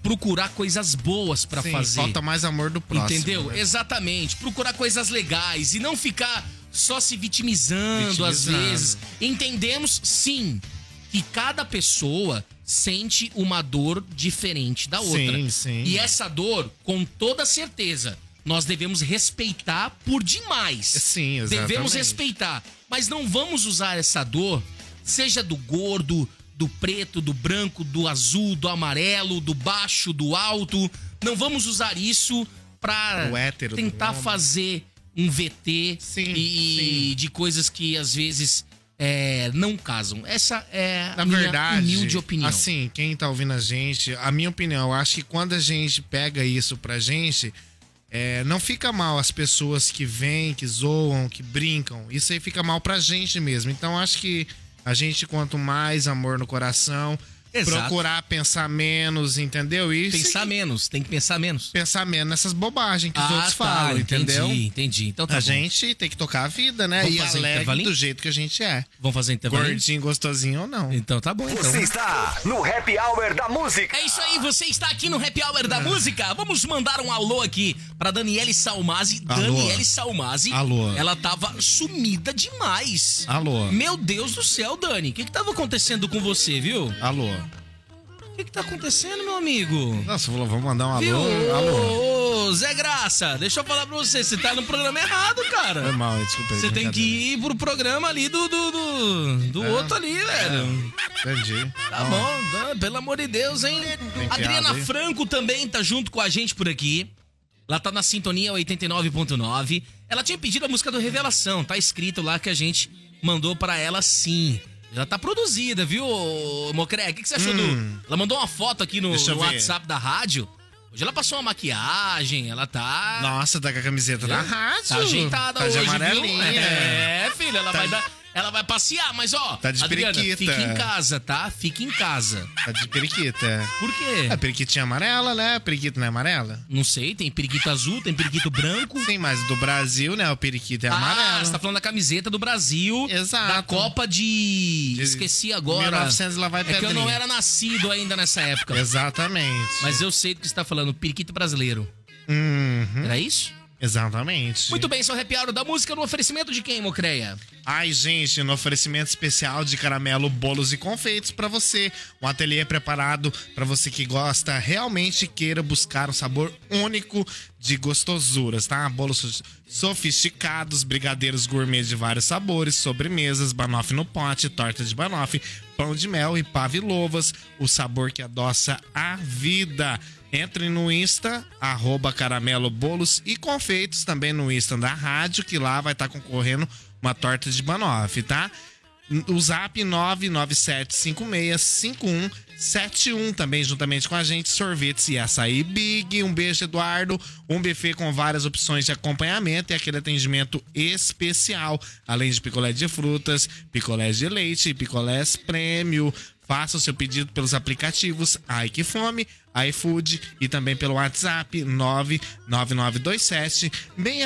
Speaker 3: procurar coisas boas pra
Speaker 4: Sim,
Speaker 3: fazer.
Speaker 4: Falta mais amor do próximo.
Speaker 3: Entendeu?
Speaker 4: né?
Speaker 3: Exatamente. Procurar coisas legais e não ficar só se vitimizando, às
Speaker 4: Vitimizando.
Speaker 3: vezes. Entendemos, sim, que cada pessoa sente uma dor diferente da outra.
Speaker 4: Sim, sim.
Speaker 3: E essa dor, com toda certeza, nós devemos respeitar por demais.
Speaker 4: Sim, exatamente.
Speaker 3: Devemos respeitar. Mas não vamos usar essa dor, seja do gordo, do preto, do branco, do azul, do amarelo, do baixo, do alto. Não vamos usar isso pra
Speaker 4: Do hétero, do
Speaker 3: tentar
Speaker 4: homem.
Speaker 3: fazer um VT
Speaker 4: Sim,
Speaker 3: e de coisas que às vezes é, não casam. Essa é a
Speaker 4: Na
Speaker 3: minha
Speaker 4: verdade,
Speaker 3: humilde opinião.
Speaker 4: assim, quem tá ouvindo a gente, a minha opinião, eu acho que quando a gente pega isso pra gente, é, não fica mal as pessoas que vêm, que zoam, que brincam. Isso aí fica mal pra gente mesmo. Então, eu acho que a gente, quanto mais amor no coração,
Speaker 3: Exato.
Speaker 4: Procurar pensar menos, entendeu? E
Speaker 3: Pensar menos, tem que pensar menos.
Speaker 4: pensar menos nessas bobagens que os
Speaker 3: Ah,
Speaker 4: outros
Speaker 3: tá,
Speaker 4: falam, entendeu?
Speaker 3: Entendi, entendi. Então tá
Speaker 4: A
Speaker 3: bom.
Speaker 4: gente tem que tocar a vida, né?
Speaker 3: Vamos
Speaker 4: e
Speaker 3: fazer um
Speaker 4: alegre
Speaker 3: intervalinho?
Speaker 4: do jeito que a gente é.
Speaker 3: Vamos fazer intervalo?
Speaker 4: Gordinho, gostosinho ou não.
Speaker 3: Então tá bom, então.
Speaker 1: Você está no Happy Hour da Música.
Speaker 3: É isso aí, você está aqui no Happy Hour da Música. Vamos mandar um alô aqui pra Daniele Salmasi.
Speaker 4: Alô.
Speaker 3: Daniele Salmasi.
Speaker 4: Alô.
Speaker 3: Ela tava sumida demais.
Speaker 4: Alô.
Speaker 3: Meu Deus do céu, Dani. O que que tava acontecendo com você, viu?
Speaker 4: Alô.
Speaker 3: O que que tá acontecendo, meu amigo?
Speaker 4: Nossa, falou, vamos mandar um alô.
Speaker 3: Viu?
Speaker 4: Alô.
Speaker 3: Ô, ô, Zé Graça, deixa eu falar pra você. Você tá no programa errado,
Speaker 4: Foi
Speaker 3: cara.
Speaker 4: mal, desculpa aí.
Speaker 3: Você tem que ir pro programa ali do, do, do,
Speaker 4: É.
Speaker 3: do outro ali, velho.
Speaker 4: Entendi.
Speaker 3: Tá bom, tá, pelo amor de Deus, hein? Adriana
Speaker 4: piada, hein?
Speaker 3: Franco também tá junto com a gente por aqui. Ela tá na sintonia 89.9. Ela tinha pedido a música do Revelação, tá escrito lá que a gente mandou pra ela sim. Já tá produzida, viu, ô, Mocré? O que, que você achou do. Ela mandou uma foto aqui no,
Speaker 4: Hum. Deixa eu
Speaker 3: no
Speaker 4: ver.
Speaker 3: WhatsApp da rádio. Hoje ela passou uma maquiagem, ela tá.
Speaker 4: Nossa, tá com a camiseta da rádio.
Speaker 3: Tá ajeitada
Speaker 4: tá
Speaker 3: hoje,
Speaker 4: de
Speaker 3: viu?
Speaker 4: amarelinha.
Speaker 3: É, filha, ela vai dar. Ela vai passear, mas ó,
Speaker 4: Tá de
Speaker 3: Adriana,
Speaker 4: periquita.
Speaker 3: fique em casa, tá? Fique em casa.
Speaker 4: Tá de periquita.
Speaker 3: Por quê?
Speaker 4: É, periquitinha amarela, né? Periquita não é amarela?
Speaker 3: Não sei, tem periquito azul, tem periquito branco.
Speaker 4: Sim, mas do Brasil, né? O periquito é
Speaker 3: Ah,
Speaker 4: amarelo.
Speaker 3: você tá falando da camiseta do Brasil.
Speaker 4: Exato.
Speaker 3: Da Copa de.
Speaker 4: De-
Speaker 3: Esqueci agora.
Speaker 4: 1900 lá vai
Speaker 3: é que eu
Speaker 4: pedrinha.
Speaker 3: não era nascido ainda nessa época.
Speaker 4: Exatamente.
Speaker 3: Mas eu sei do que você tá falando, periquito brasileiro.
Speaker 4: Uhum,
Speaker 3: Era isso?
Speaker 4: exatamente.
Speaker 3: Muito bem, seu happy hour da música no oferecimento de quem, Mocreia?
Speaker 4: Ai, gente, no oferecimento especial de caramelo, bolos e confeitos pra você. Um ateliê preparado pra você que gosta, realmente queira buscar um sabor único de gostosuras, tá? Bolos so- sofisticados, brigadeiros gourmet de vários sabores, sobremesas, banoffee no pote, torta de banoffee, pão de mel e pavilovas, o sabor que adoça a vida. Entre no Insta, arroba caramelo, bolos e confeitos, também no Insta da rádio, que lá vai estar concorrendo uma torta de banoffee, tá? O zap 997565171 também juntamente com a gente, sorvetes e açaí Big, um beijo Eduardo, um buffet com várias opções de acompanhamento e aquele atendimento especial, além de picolé de frutas, picolés de leite, picolés prêmio, Faça o seu pedido pelos aplicativos Ai Que Fome, iFood e também pelo WhatsApp 99927-6309.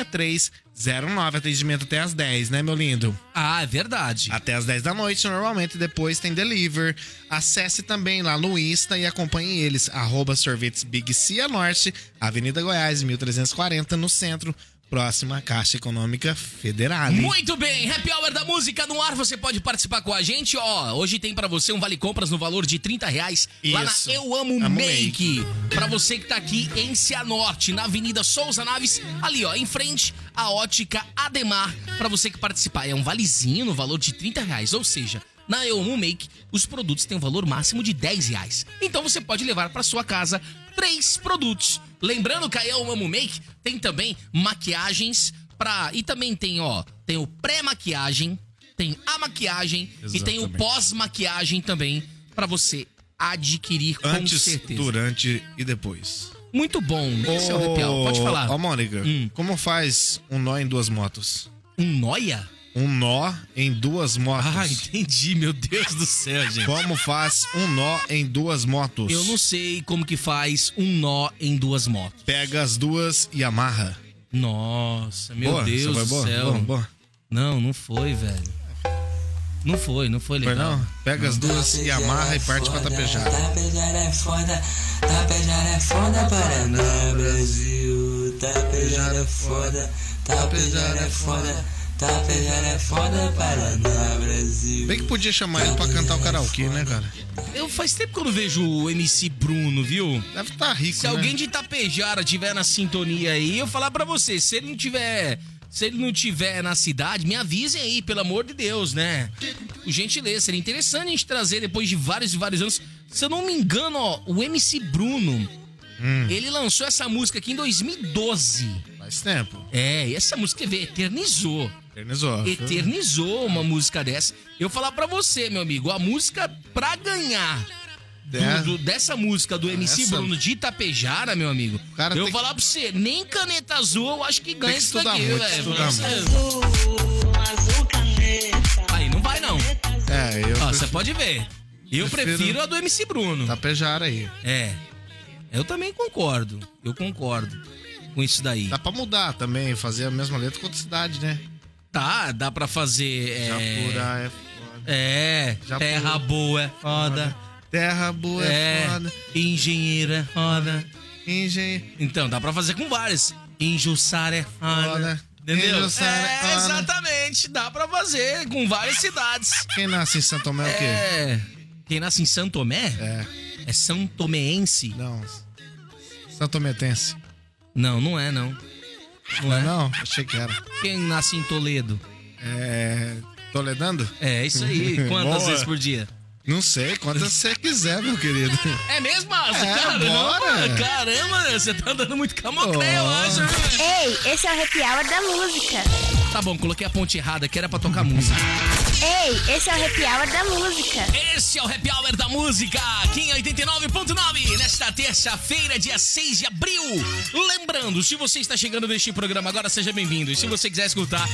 Speaker 4: Atendimento até às 10, né, meu lindo?
Speaker 3: Ah, é verdade.
Speaker 4: Até às 10 da noite, normalmente. Depois tem deliver. Acesse também lá no Insta e acompanhe eles. Arroba sorvetes Big Cia Norte, Avenida Goiás, 1340, no centro. Próxima à Caixa Econômica Federal.
Speaker 3: Muito bem, Happy Hour da Música no ar, você pode participar com a gente, ó. Hoje tem pra você um vale compras no valor de 30 reais lá na
Speaker 4: Isso.
Speaker 3: Eu Amo,
Speaker 4: Amo
Speaker 3: Make. Pra você que tá aqui em Cianorte, na Avenida Souza Naves, ali ó, em frente à ótica Ademar, Pra você que participar. É um valezinho no valor de 30 reais, ou seja, na Eu Amo Make, os produtos têm um valor máximo de 10 reais. Então você pode levar pra sua casa três produtos. Lembrando que a Eu Amo Make tem também maquiagens pra... E também tem, ó, tem o pré-maquiagem, tem a maquiagem e tem o
Speaker 4: Exatamente.
Speaker 3: pós-maquiagem também pra você adquirir com
Speaker 4: Antes,
Speaker 3: certeza.
Speaker 4: durante e depois.
Speaker 3: Muito bom. Esse é o happy hour. Pode falar.
Speaker 4: Ô, Mônica,
Speaker 3: Hum.
Speaker 4: como faz um nó em duas motos?
Speaker 3: Um noia?
Speaker 4: Um nó em duas motos.
Speaker 3: Ah, entendi, meu Deus do céu, gente.
Speaker 4: Como faz um nó em duas motos?
Speaker 3: Eu não sei como que faz um nó em duas motos.
Speaker 4: Pega as duas e amarra.
Speaker 3: Nossa, meu
Speaker 4: Boa?
Speaker 3: Deus
Speaker 4: Essa foi
Speaker 3: do
Speaker 4: boa?
Speaker 3: céu.
Speaker 4: Boa, boa.
Speaker 3: Não, não foi, velho. Não foi, não foi
Speaker 4: Foi
Speaker 3: legal.
Speaker 4: não? Pega as duas e amarra e parte pra tapejar.
Speaker 9: Tapejar é foda, tapejar é foda, Paraná, Brasil. Tapejar é foda, tapejar é foda, tapejar é foda, Paraná, Brasil.
Speaker 4: Bem que podia chamar ele pra cantar o karaokê, né, cara?
Speaker 3: Eu faz tempo que eu não vejo o MC Bruno, viu?
Speaker 4: Deve estar rico,
Speaker 3: Se
Speaker 4: né?
Speaker 3: alguém de Itapejara tiver na sintonia aí, eu falar pra você, se ele não tiver, se ele não tiver na cidade, me avisem aí, pelo amor de Deus, né? Por gentileza, seria interessante a gente trazer depois de vários e vários anos. Se eu não me engano, ó, o MC Bruno, ele lançou essa música aqui em 2012.
Speaker 4: Faz tempo.
Speaker 3: É, e essa música, quer ver, eternizou.
Speaker 4: Eternizou.
Speaker 3: Eternizou uma música dessa. Eu falar pra você, meu amigo, a música pra ganhar do-
Speaker 4: É.
Speaker 3: do- dessa música do MC
Speaker 4: Essa-
Speaker 3: Bruno de Itapejara, meu amigo.
Speaker 4: cara
Speaker 3: eu
Speaker 4: tem
Speaker 3: falar pra você, nem caneta azul eu acho que ganha
Speaker 4: que
Speaker 3: isso
Speaker 4: estudar
Speaker 3: daqui,
Speaker 4: muito,
Speaker 3: velho.
Speaker 4: estudar
Speaker 3: Nossa,
Speaker 4: muito.
Speaker 3: Aí não vai, não.
Speaker 4: É, eu...
Speaker 3: Ah, Ó, você pode ver. Eu
Speaker 4: Prefiro- Tá.
Speaker 3: prefiro a do MC Bruno.
Speaker 4: Tapejara aí.
Speaker 3: É. Eu também concordo. Eu concordo com isso daí.
Speaker 4: Dá pra mudar também, fazer a mesma letra com outra cidade, né?
Speaker 3: Tá, dá pra fazer. É,
Speaker 4: Japurá é foda.
Speaker 3: é
Speaker 4: Japura.
Speaker 3: terra boa, é foda.
Speaker 4: Terra boa é,
Speaker 3: É,
Speaker 4: foda.
Speaker 3: engenheiro é foda.
Speaker 4: Engenho.
Speaker 3: Então, dá pra fazer com várias. Injussar é foda.
Speaker 4: Foda.
Speaker 3: Entendeu?
Speaker 4: Injussara é
Speaker 3: é,
Speaker 4: foda.
Speaker 3: exatamente. Dá pra fazer com várias
Speaker 4: *laughs*
Speaker 3: cidades.
Speaker 4: Quem nasce em São Tomé é o quê?
Speaker 3: É. Quem nasce em São Tomé
Speaker 4: É.
Speaker 3: é São Tomeense?
Speaker 4: Não. São Tometense.
Speaker 3: Não, não é, não. Não é?
Speaker 4: Não, achei que era.
Speaker 3: Quem nasce em Toledo?
Speaker 4: É. Toledando?
Speaker 3: É, isso aí.
Speaker 4: *laughs*
Speaker 3: Quantas
Speaker 4: Boa.
Speaker 3: vezes por dia?
Speaker 4: Não sei, quantas você quiser, meu *laughs* querido.
Speaker 3: É mesmo? Ah,
Speaker 4: É,
Speaker 3: caramba,
Speaker 4: bora.
Speaker 3: caramba, você tá andando muito camocré, eu
Speaker 4: Oh.
Speaker 3: acho. né, viu?
Speaker 8: Ei, esse é o happy hour da música.
Speaker 3: Tá bom, coloquei a ponte errada, que era pra tocar música.
Speaker 8: Ei, esse é o happy hour da música.
Speaker 3: Esse é o Happy Hour da Música, aqui em 89.9, nesta terça-feira, dia 6 de abril. Lembrando, se você está chegando neste programa agora, seja bem-vindo. E se você quiser escutar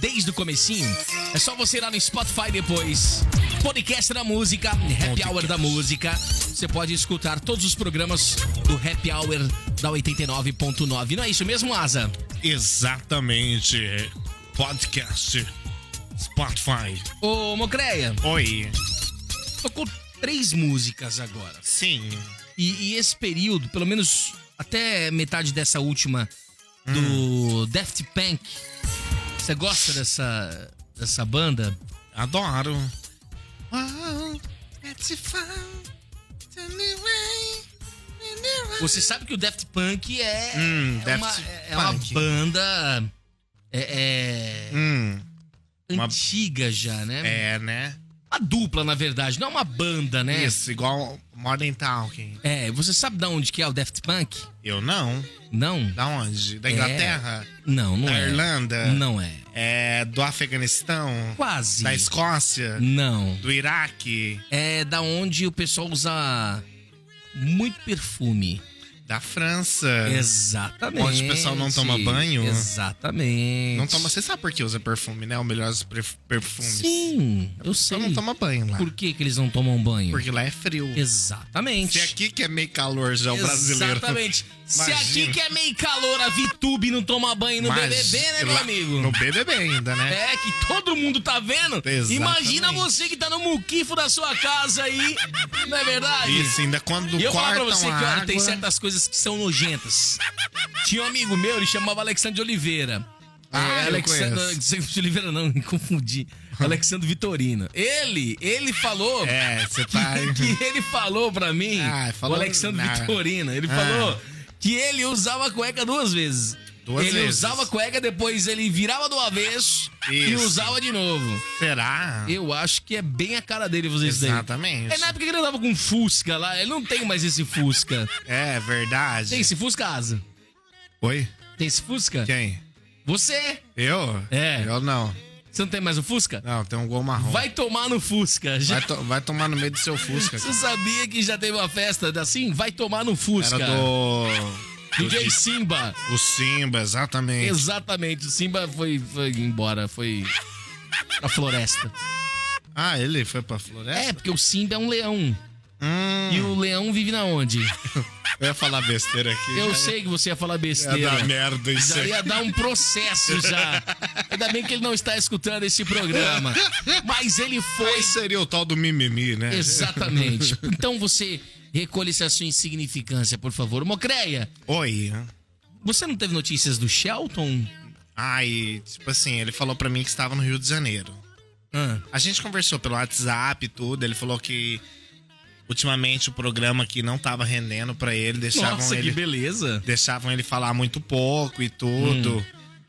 Speaker 3: desde o comecinho, é só você ir lá no Spotify depois. Podcast da Música, Happy Hour da Música. Você pode escutar todos os programas do Happy Hour da 89.9. Não é isso mesmo, Asa?
Speaker 7: Exatamente. Podcast. Spotify.
Speaker 3: Ô, Mocreia,
Speaker 4: Oi.
Speaker 3: tocou três músicas agora.
Speaker 4: Sim.
Speaker 3: E, e esse período, pelo menos até metade dessa última do
Speaker 4: Hum.
Speaker 3: Daft Punk, você gosta dessa, dessa banda?
Speaker 4: Adoro. Wow, that's fun. Anyway, anyway.
Speaker 3: Você sabe que o Daft Punk é,
Speaker 4: Hum,
Speaker 3: é
Speaker 4: Daft
Speaker 3: uma, é- é uma
Speaker 4: Punk.
Speaker 3: banda é, é,
Speaker 4: Hum, uma-
Speaker 3: antiga já, né?
Speaker 4: é, né?
Speaker 3: Uma dupla, na verdade, não é uma banda, né?
Speaker 4: Isso, igual Modern Talking.
Speaker 3: É, você sabe de onde que é o Daft Punk?
Speaker 4: Eu não.
Speaker 3: Não?
Speaker 4: Da onde? Da Inglaterra?
Speaker 3: Não, não
Speaker 4: Da
Speaker 3: é.
Speaker 4: Irlanda?
Speaker 3: Não é.
Speaker 4: É, do Afeganistão?
Speaker 3: Quase.
Speaker 4: Da Escócia?
Speaker 3: Não.
Speaker 4: Do Iraque?
Speaker 3: é da onde o pessoal usa muito perfume.
Speaker 4: Da França?
Speaker 3: Exatamente.
Speaker 4: É. Onde o pessoal não toma banho?
Speaker 3: Exatamente.
Speaker 4: Não toma, você sabe por que usa perfume, né? O melhor dos perf- perfumes.
Speaker 3: Sim, eu sei.
Speaker 4: Só Então não toma banho lá.
Speaker 3: Por que, que eles não tomam banho?
Speaker 4: Porque lá é frio.
Speaker 3: Exatamente.
Speaker 4: Se aqui que é meio calor já o brasileiro.
Speaker 3: Exatamente. Se
Speaker 4: Imagina.
Speaker 3: aqui que é meio calor, a VTube não toma banho no
Speaker 4: Mas
Speaker 3: BBB, né, meu
Speaker 4: lá-
Speaker 3: amigo?
Speaker 4: No BBB ainda, né?
Speaker 3: É, que todo mundo tá vendo.
Speaker 4: Exatamente.
Speaker 3: Imagina você que tá no muquifo da sua casa aí. Não é verdade?
Speaker 4: Isso, ainda quando
Speaker 3: E eu falar pra
Speaker 4: cortam
Speaker 3: você que,
Speaker 4: a
Speaker 3: olha,
Speaker 4: água...
Speaker 3: tem certas coisas que são
Speaker 4: *laughs*
Speaker 3: nojentas. Tinha um amigo meu, ele chamava Alexandre Oliveira. É,
Speaker 4: Ah, eu
Speaker 3: Alexandre,
Speaker 4: conheço.
Speaker 3: Alexandre de Oliveira não, me
Speaker 4: *laughs*
Speaker 3: confundi. Alexandre Vitorino. Ele, ele falou...
Speaker 4: É, você
Speaker 3: que-
Speaker 4: tá...
Speaker 3: *laughs* Que, ele falou pra mim,
Speaker 4: Ah, falou
Speaker 3: o Alexandre
Speaker 4: nada.
Speaker 3: Vitorino, ele
Speaker 4: Ah.
Speaker 3: falou que ele usava a cueca duas vezes.
Speaker 4: Duas
Speaker 3: ele
Speaker 4: vezes.
Speaker 3: usava a cueca, depois ele virava do avesso e
Speaker 4: Isso.
Speaker 3: usava de novo.
Speaker 4: Será?
Speaker 3: Eu acho que é bem a cara dele fazer isso daí.
Speaker 4: Exatamente.
Speaker 3: É na época que ele andava com Fusca lá, ele não tem mais esse Fusca.
Speaker 4: É verdade.
Speaker 3: Tem esse Fusca, Asa?
Speaker 4: Oi?
Speaker 3: Tem esse Fusca?
Speaker 4: Quem?
Speaker 3: Você!
Speaker 4: Eu?
Speaker 3: É.
Speaker 4: Eu não.
Speaker 3: Você não tem mais o Fusca?
Speaker 4: Não, tem um gol marrom.
Speaker 3: Vai tomar no Fusca. Já...
Speaker 4: Vai, to- vai tomar no meio do seu Fusca.
Speaker 3: Você sabia que já teve uma festa assim? Vai tomar no Fusca.
Speaker 4: Era do... do
Speaker 3: DJ
Speaker 4: Di-
Speaker 3: Simba.
Speaker 4: O Simba, exatamente.
Speaker 3: Exatamente, o Simba foi, foi embora, foi pra floresta.
Speaker 4: ah, ele foi pra floresta?
Speaker 3: É, porque o Simba é um leão.
Speaker 4: Hum,
Speaker 3: E o leão vive na onde?
Speaker 4: eu ia falar besteira aqui.
Speaker 3: Eu
Speaker 4: Já
Speaker 3: sei que você ia falar
Speaker 4: é. Ia
Speaker 3: besteira.
Speaker 4: dar merda isso
Speaker 3: Já
Speaker 4: aí.
Speaker 3: ia dar um processo já. Ainda bem que ele não está escutando esse
Speaker 4: *laughs*
Speaker 3: programa. Mas ele foi.
Speaker 4: Aí seria o tal do mimimi, né?
Speaker 3: Exatamente. Então você recolhe-se a sua insignificância, por favor. Mocreia,
Speaker 4: Oi.
Speaker 3: você não teve notícias do Shelton?
Speaker 4: Ai, tipo assim, ele falou pra mim que estava no Rio de Janeiro.
Speaker 3: Hã?
Speaker 4: A gente conversou pelo WhatsApp e tudo, ele falou que ultimamente o programa aqui não tava rendendo pra ele, deixavam
Speaker 3: Nossa,
Speaker 4: ele
Speaker 3: que beleza.
Speaker 4: deixavam ele falar muito pouco e
Speaker 3: Hum.
Speaker 4: tudo.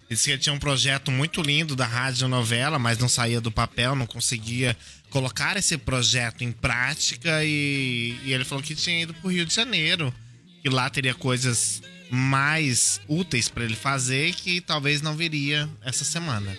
Speaker 4: Disse que ele tinha um projeto muito lindo da rádio novela, mas não saía do papel, não conseguia colocar esse projeto em prática e, e ele falou que tinha ido pro Rio de Janeiro, que lá teria coisas mais úteis pra ele fazer que talvez não viria essa semana.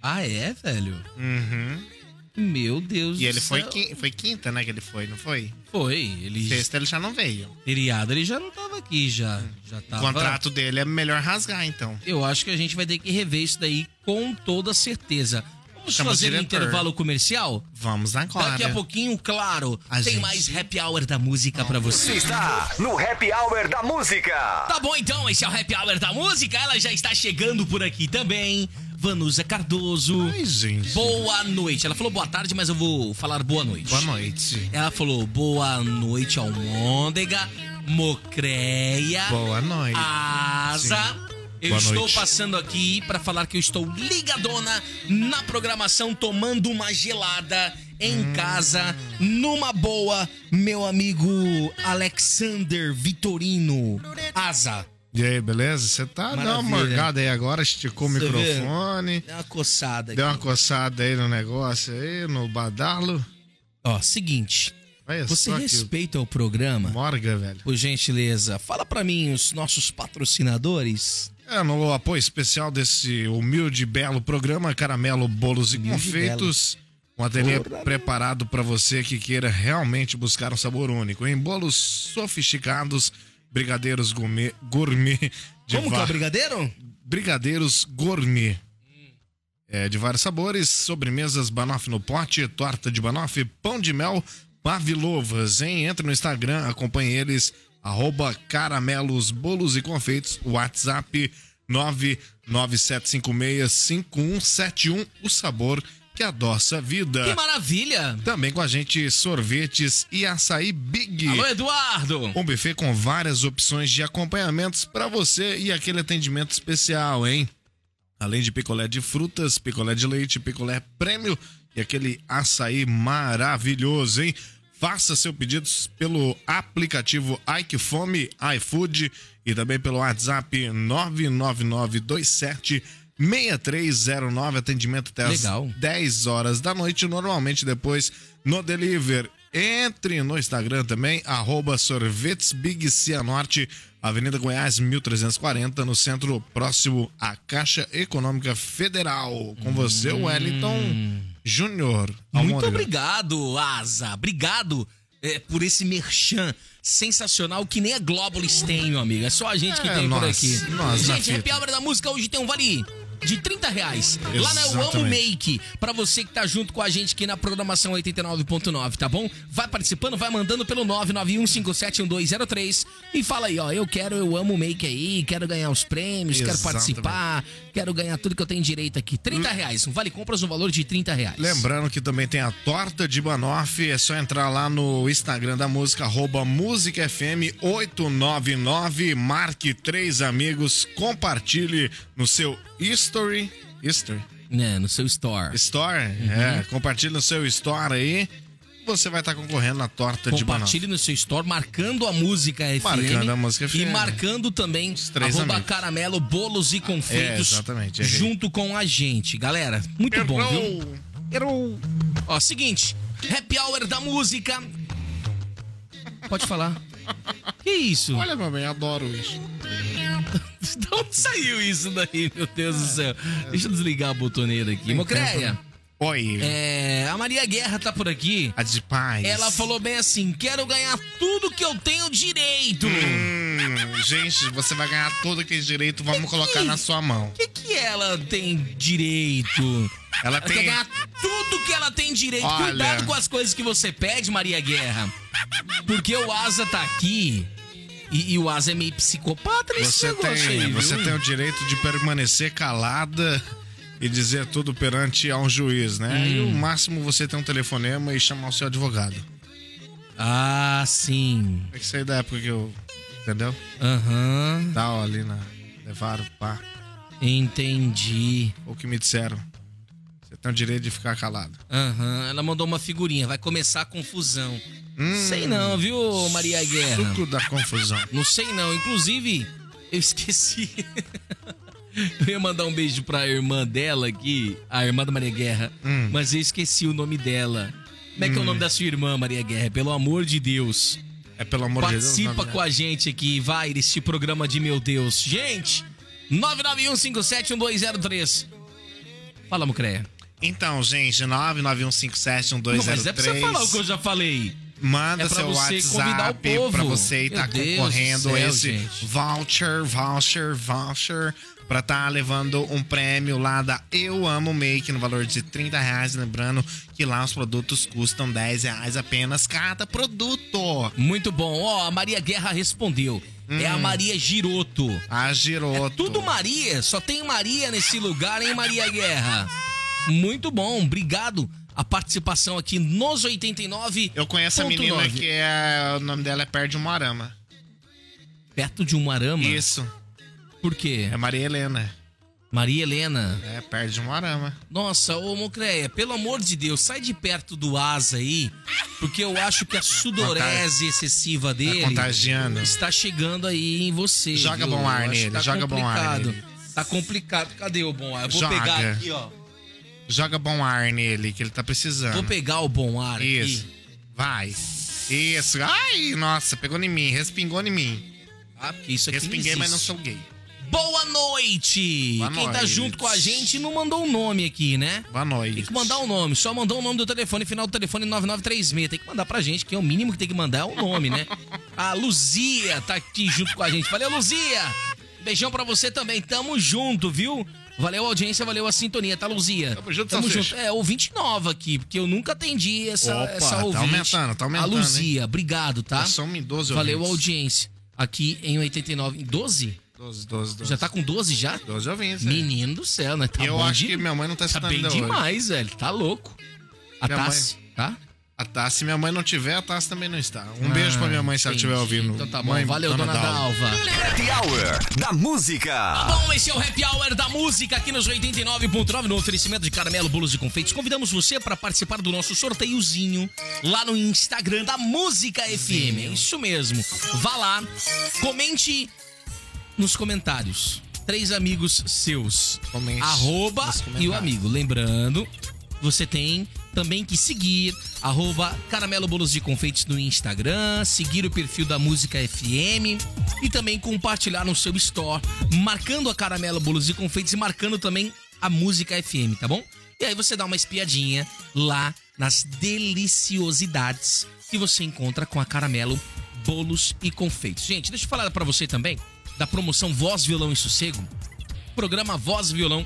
Speaker 3: Ah, é, velho?
Speaker 4: Uhum.
Speaker 3: Meu Deus
Speaker 4: E ele
Speaker 3: do
Speaker 4: foi,
Speaker 3: céu.
Speaker 4: qui- foi quinta, né, que ele foi, não foi?
Speaker 3: Foi, ele...
Speaker 4: Sexta ele já não veio.
Speaker 3: Feriado, ele já não tava aqui, já. Já
Speaker 4: O
Speaker 3: tava...
Speaker 4: contrato dele é melhor rasgar, então.
Speaker 3: Eu acho que a gente vai ter que rever isso daí com toda certeza. Ô, Vamos
Speaker 4: Chama o
Speaker 3: fazer um
Speaker 4: diretor.
Speaker 3: intervalo comercial?
Speaker 4: Vamos agora.
Speaker 3: Daqui a pouquinho, claro,
Speaker 4: A
Speaker 3: tem
Speaker 4: gente-
Speaker 3: mais happy hour da música pra você.
Speaker 1: Está no Happy Hour da Música.
Speaker 3: Tá bom então, esse é o happy hour da música. Ela já está chegando por aqui também. Vanusa Cardoso.
Speaker 4: Ai, gente.
Speaker 3: Boa noite. Ela falou boa tarde, mas eu vou falar boa noite.
Speaker 4: Boa noite.
Speaker 3: Ela falou boa noite, Almôndega, Mocreia,
Speaker 4: Boa noite.
Speaker 3: Asa. Eu
Speaker 4: Boa
Speaker 3: estou
Speaker 4: noite.
Speaker 3: passando aqui para falar que eu estou ligadona na programação, tomando uma gelada em
Speaker 4: Hum.
Speaker 3: casa, numa boa, meu amigo Alexander Vitorino. Asa.
Speaker 4: E aí, beleza? Você tá dando uma
Speaker 3: Maravilha.
Speaker 4: morgada aí agora, esticou o
Speaker 3: Você vê?
Speaker 4: microfone,
Speaker 3: Deu uma coçada aqui.
Speaker 4: deu uma coçada aí no negócio aí, no badalo.
Speaker 3: Ó, seguinte.
Speaker 4: Olha
Speaker 3: Você
Speaker 4: só
Speaker 3: respeita o
Speaker 4: que
Speaker 3: programa?
Speaker 4: morga, velho.
Speaker 3: Por gentileza, fala pra mim os nossos patrocinadores.
Speaker 4: É, no apoio especial desse humilde e belo programa Caramelo, Bolos e
Speaker 3: Humilde e né?
Speaker 4: Confeitos. Um ateliê preparado para você que queira realmente buscar um sabor único. Em bolos sofisticados, brigadeiros gourmet, gourmet de
Speaker 3: Como que é o
Speaker 4: va-
Speaker 3: brigadeiro?
Speaker 4: brigadeiros gourmet. É, de vários sabores, sobremesas, banoffee no pote, torta de banoffee, pão de mel, pavilovas, hein? Entra no Instagram, acompanhe eles, arroba caramelos, bolos e confeitos, WhatsApp 997565171, o sabor que adoça a
Speaker 3: Que
Speaker 4: vida.
Speaker 3: maravilha!
Speaker 4: Também com a gente, sorvetes e açaí Big.
Speaker 3: Alô, Eduardo!
Speaker 4: Um buffet com várias opções de acompanhamentos para você e aquele atendimento especial, hein? Além de picolé de frutas, picolé de leite, picolé prêmio e aquele açaí maravilhoso, hein? Faça seu pedido pelo aplicativo Ike Fome, iFood e também pelo WhatsApp 99927 6309, atendimento até às
Speaker 3: Legal.
Speaker 4: 10 horas da noite, normalmente depois no Deliver. Entre no Instagram também, arroba sorvetes Big Cianorte, Avenida Goiás 1340, no centro próximo à Caixa Econômica Federal. Com você, Wellington Júnior.
Speaker 3: Muito
Speaker 4: Almôndega.
Speaker 3: obrigado, Asa. Obrigado é, por esse merchan sensacional que nem a Glóbulis tem, meu amigo. É só a gente que
Speaker 4: É,
Speaker 3: tem por
Speaker 4: nós,
Speaker 3: aqui.
Speaker 4: nós na
Speaker 3: gente, Happy
Speaker 4: fita.
Speaker 3: Hour da Música hoje tem um vale de 30 reais. Lá na Eu Amo
Speaker 4: Exatamente.
Speaker 3: Make, pra você que tá junto com a gente aqui na programação 89.9, tá bom? Vai participando, vai mandando pelo 991571203 e fala aí, ó, eu quero Eu Amo Make aí, quero ganhar os prêmios, quero
Speaker 4: Exatamente.
Speaker 3: participar, quero ganhar tudo que eu tenho direito aqui. 30 reais, um vale compras no valor de 30 reais.
Speaker 4: Lembrando que também tem a torta de Banoff, é só entrar lá no Instagram da música, arroba musicafm899, marque três amigos, compartilhe no seu history, history,
Speaker 3: né, no seu store.
Speaker 4: store,
Speaker 3: Uhum.
Speaker 4: é, compartilhe no seu store aí, você vai estar concorrendo na torta é de Banoff.
Speaker 3: Compartilhe no seu store, marcando a música FM.
Speaker 4: Marcando a música
Speaker 3: E
Speaker 4: FM.
Speaker 3: marcando também
Speaker 4: três
Speaker 3: arroba
Speaker 4: amigos.
Speaker 3: caramelo, bolos e confeitos.
Speaker 4: É, exatamente, errei.
Speaker 3: junto com a gente. Galera, muito bom, viu?
Speaker 4: Errou.
Speaker 3: Ó, seguinte. Happy Hour da música. Pode falar. Que isso?
Speaker 4: Olha, meu bem, adoro isso.
Speaker 3: *laughs* De onde saiu isso daí, meu Deus do céu? Deixa eu desligar a botoneira aqui. Mocreia,
Speaker 4: Oi,
Speaker 3: é, a Maria Guerra tá por aqui.
Speaker 4: a de paz.
Speaker 3: Ela falou bem assim: quero ganhar tudo que eu tenho direito.
Speaker 4: Hum, gente, você vai ganhar todo aquele direito, vamos colocar na sua mão.
Speaker 3: O que, que ela tem direito?
Speaker 4: Ela
Speaker 3: Ela quer
Speaker 4: tem...
Speaker 3: ganhar tudo que ela tem direito.
Speaker 4: Olha.
Speaker 3: Cuidado com as coisas que você pede, Maria Guerra. Porque o Asa tá aqui. E, e o Asa é meio psicopata nesse
Speaker 4: Você
Speaker 3: negócio
Speaker 4: tem,
Speaker 3: aí. assim, viu?
Speaker 4: você tem o direito de permanecer calada e dizer tudo perante a um juiz, né? E
Speaker 3: Hum.
Speaker 4: o máximo você tem um telefonema e chamar o seu advogado.
Speaker 3: Ah, sim.
Speaker 4: É que isso aí da época que eu. Entendeu?
Speaker 3: Aham.
Speaker 4: Tal ali na. Levaram, pá.
Speaker 3: Entendi.
Speaker 4: Ou que me disseram. Você tem o direito de ficar calado.
Speaker 3: Aham. Ela mandou uma figurinha. Vai começar a confusão.
Speaker 4: Hum.
Speaker 3: Sei não, viu, Maria É Guerra?
Speaker 4: Suco da confusão.
Speaker 3: Não sei não. Inclusive, eu esqueci. *laughs* eu ia mandar um beijo pra irmã dela aqui, a irmã da Maria Guerra, mas eu esqueci o nome dela. Como é que é o nome da sua irmã, Maria Guerra? Pelo amor de Deus.
Speaker 4: É pelo amor de Deus.
Speaker 3: Participa
Speaker 4: não-
Speaker 3: com a gente aqui, vai, este programa de meu Deus. Gente, 991571203. Fala, Mucreia.
Speaker 4: Então, gente, 991571203.
Speaker 3: é Não, mas é pra você falar o que eu já falei.
Speaker 4: Manda
Speaker 3: É pra
Speaker 4: seu
Speaker 3: você convidar o
Speaker 4: WhatsApp
Speaker 3: povo.
Speaker 4: pra você e
Speaker 3: Meu
Speaker 4: tá
Speaker 3: Deus do
Speaker 4: concorrendo a
Speaker 3: céu,
Speaker 4: esse
Speaker 3: gente.
Speaker 4: voucher, voucher, voucher. Pra tá levando um prêmio lá da Eu Amo Make no valor de 30 reais. Lembrando que lá os produtos custam 10 reais apenas cada produto.
Speaker 3: Muito bom. Ó, a Maria Guerra respondeu. É a Maria Giroto.
Speaker 4: A Ah, Giroto.
Speaker 3: É Tudo Maria, só tem Maria nesse lugar, hein, Maria Guerra? Muito bom, obrigado a participação aqui nos 89.
Speaker 4: Eu conheço a
Speaker 3: ponto
Speaker 4: menina
Speaker 3: nove.
Speaker 4: que é, o nome dela é Perde um Arama.
Speaker 3: Perto de um arama.
Speaker 4: Isso,
Speaker 3: Por quê?
Speaker 4: é Maria Helena.
Speaker 3: Maria Helena.
Speaker 4: É, Perde um Arama.
Speaker 3: Nossa, ô Mocreia, pelo amor de Deus, sai de perto do asa aí, porque eu acho que a sudorese
Speaker 4: Tá
Speaker 3: excessiva dele
Speaker 4: contagiando.
Speaker 3: está chegando aí em você.
Speaker 4: Joga
Speaker 3: viu?
Speaker 4: bom ar
Speaker 3: Eu acho que tá
Speaker 4: nele, joga bom ar
Speaker 3: complicado.
Speaker 4: nele.
Speaker 3: Tá complicado. Cadê o bom ar? Eu vou
Speaker 4: Joga.
Speaker 3: pegar aqui, ó.
Speaker 4: Joga bom ar nele, que ele tá precisando.
Speaker 3: Vou pegar o bom ar
Speaker 4: Isso.
Speaker 3: aqui.
Speaker 4: Vai. Isso. Ai, nossa, pegou em mim, respingou em mim.
Speaker 3: Ah, porque isso aqui
Speaker 4: Respinguei,
Speaker 3: não
Speaker 4: mas não
Speaker 3: existe.
Speaker 4: sou gay.
Speaker 3: Boa noite!
Speaker 4: Boa
Speaker 3: Quem tá
Speaker 4: noite.
Speaker 3: junto com a gente não mandou um nome aqui, né?
Speaker 4: Boa noite.
Speaker 3: Tem que mandar o nome, só mandou o nome do telefone, final do telefone 9936. Tem que mandar pra gente, que é o mínimo que tem que mandar é o nome, né? A Luzia tá aqui junto com a gente. Valeu, Luzia! Beijão pra você também, tamo junto, viu? Valeu a audiência, valeu a sintonia, tá, Luzia?
Speaker 4: Tamo junto,
Speaker 3: tamo
Speaker 4: Salsicha.
Speaker 3: junto. É, ouvinte nova aqui, porque eu nunca atendi essa,
Speaker 4: Opa,
Speaker 3: essa
Speaker 4: tá
Speaker 3: ouvinte.
Speaker 4: aumentando, tá aumentando,
Speaker 3: A Luzia, obrigado, tá?
Speaker 4: Nós somos em 12
Speaker 3: Valeu a
Speaker 4: ouvintes.
Speaker 3: audiência. Aqui em 89. Em 12?
Speaker 4: 12, 12, 12.
Speaker 3: Já tá com 12 já?
Speaker 4: 12 ouvintes. né?
Speaker 3: Menino do céu, né? Tá
Speaker 4: eu
Speaker 3: bom
Speaker 4: acho
Speaker 3: de-
Speaker 4: que minha mãe não tá
Speaker 3: Tá
Speaker 4: escutando
Speaker 3: bem
Speaker 4: ainda hoje.
Speaker 3: demais, velho. Tá louco. A
Speaker 4: Minha
Speaker 3: Tassi, tá?
Speaker 4: A Tassi, se minha mãe não tiver, a Tassi também não está. Um beijo pra minha mãe se ela estiver
Speaker 3: Ah, Entendi.
Speaker 4: ouvindo.
Speaker 3: Então tá bom.
Speaker 4: Mãe,
Speaker 3: Valeu, dona, Dalva.
Speaker 1: Happy Hour da Música.
Speaker 3: Bom, esse é o Happy Hour da Música aqui nos 89.9 no oferecimento de Caramelo Bolos e Confeites. Convidamos você para participar do nosso sorteiozinho lá no Instagram da Música FM. É isso mesmo. Vá lá, comente nos comentários. Três amigos seus.
Speaker 4: Comente
Speaker 3: arroba
Speaker 4: nos
Speaker 3: e o
Speaker 4: comentários.
Speaker 3: amigo. Lembrando, você tem também que seguir arroba Caramelo Bolos de Confeites no Instagram, seguir o perfil da Música FM e também compartilhar no seu store, marcando a Caramelo Bolos de Confeites e marcando também a Música FM, tá bom? E aí você dá uma espiadinha lá nas deliciosidades que você encontra com a Caramelo Bolos e Confeites. Gente, deixa eu falar pra você também da promoção Voz, Violão e Sossego programa Voz e Violão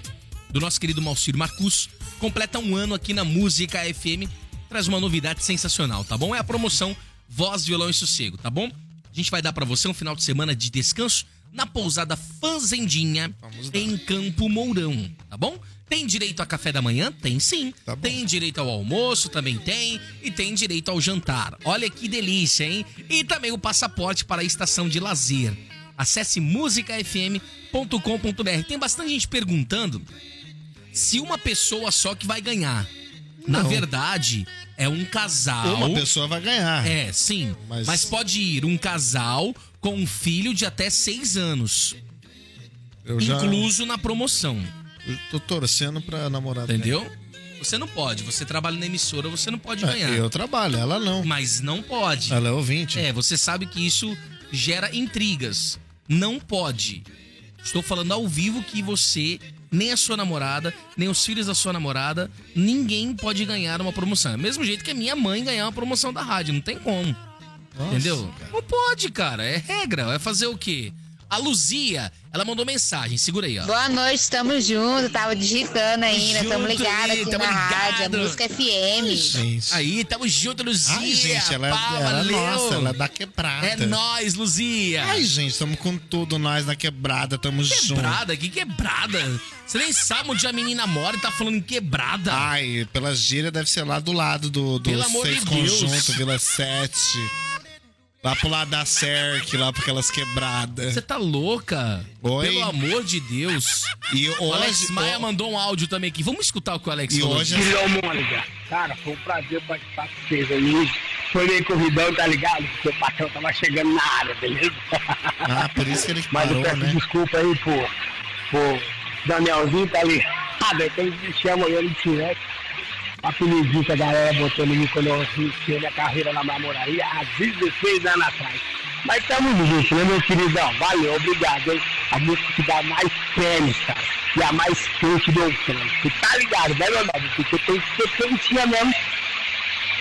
Speaker 3: do nosso querido Malcir Marcus completa um ano aqui na Música FM. Traz uma novidade sensacional, tá bom? É a promoção Voz, Violão e Sossego, tá bom? A gente vai dar pra você um final de semana de descanso na pousada Fanzendinha em Campo Mourão, tá bom? Tem direito a café da manhã? Tem sim.
Speaker 4: Tá bom.
Speaker 3: tem direito ao almoço? Também tem. E tem direito ao jantar. Olha que delícia, hein? E também o passaporte para a estação de lazer. Acesse musicafm.com.br. Tem bastante gente perguntando se uma pessoa só que vai ganhar. Na verdade, é um casal.
Speaker 4: Uma pessoa vai ganhar.
Speaker 3: É, sim. Mas...
Speaker 4: Mas-
Speaker 3: pode ir um casal com um filho de até seis anos,
Speaker 4: eu já
Speaker 3: incluso na promoção.
Speaker 4: eu tô torcendo pra namorada.
Speaker 3: Entendeu? Você não pode. Você trabalha na emissora, você não pode
Speaker 4: dela.
Speaker 3: ganhar.
Speaker 4: É, Eu trabalho, ela não.
Speaker 3: Mas não pode.
Speaker 4: Ela é ouvinte.
Speaker 3: É, você sabe que isso gera intrigas. Não pode. Estou falando ao vivo que você, nem a sua namorada, nem os filhos da sua namorada, ninguém pode ganhar uma promoção. É o mesmo jeito que a minha mãe ganhar uma promoção da rádio, não tem como.
Speaker 4: Nossa,
Speaker 3: entendeu?
Speaker 4: cara.
Speaker 3: Não pode, cara. É regra. Vai fazer o quê? A Luzia, ela mandou mensagem. Segura aí, ó.
Speaker 10: Boa noite, tamo junto. Tava digitando ainda,
Speaker 3: Junto
Speaker 10: tamo ligado
Speaker 3: aí,
Speaker 10: aqui
Speaker 3: tamo
Speaker 10: na rádio, a
Speaker 3: ligado.
Speaker 10: música é FM.
Speaker 4: Gente.
Speaker 3: Aí, tamo junto, Luzia.
Speaker 4: Ai, gente, ela,
Speaker 3: Pá,
Speaker 4: ela é
Speaker 3: valeu.
Speaker 4: nossa, ela é da quebrada.
Speaker 3: É nóis, Luzia.
Speaker 4: Ai, gente, estamos com tudo nós na quebrada, estamos juntos.
Speaker 3: Quebrada? Que quebrada? Você nem sabe onde a menina mora e tá falando em quebrada.
Speaker 4: Ai, pela gíria deve ser lá do lado do, do
Speaker 3: Pelo amor de
Speaker 4: Seis
Speaker 3: Deus.
Speaker 4: Conjunto, Vila 7. Lá pro lado da Cerc, lá pra aquelas quebradas.
Speaker 3: Você tá louca?
Speaker 4: Oi?
Speaker 3: Pelo amor de Deus.
Speaker 4: E
Speaker 3: O
Speaker 4: hoje.
Speaker 3: tá Alex Maia
Speaker 4: o-
Speaker 3: mandou um áudio também aqui. Vamos escutar o que o Alex
Speaker 4: E
Speaker 3: falou.
Speaker 4: hoje.
Speaker 6: Guilherme Mônica, cara, foi um prazer participar com vocês aí. Foi meio corridão, tá ligado? Porque o patrão tava chegando na área, beleza? *laughs*
Speaker 4: Ah, por isso que ele
Speaker 6: Mas eu
Speaker 4: parou,
Speaker 6: peço
Speaker 4: né?
Speaker 6: desculpa aí pro, pro Danielzinho, tá ali. Ah, velho, que eles me chamam eu no direto. Apelidinho que a galera botou em mim quando eu iniciei minha é carreira na Mamoraria há 16 anos atrás. Mas tamo junto, né, meu queridão? Valeu, obrigado, hein? A música que dá mais prêmios, cara. E a mais quente do outono. Tu tá ligado, né, meu amigo? Porque tem que ser quentinha mesmo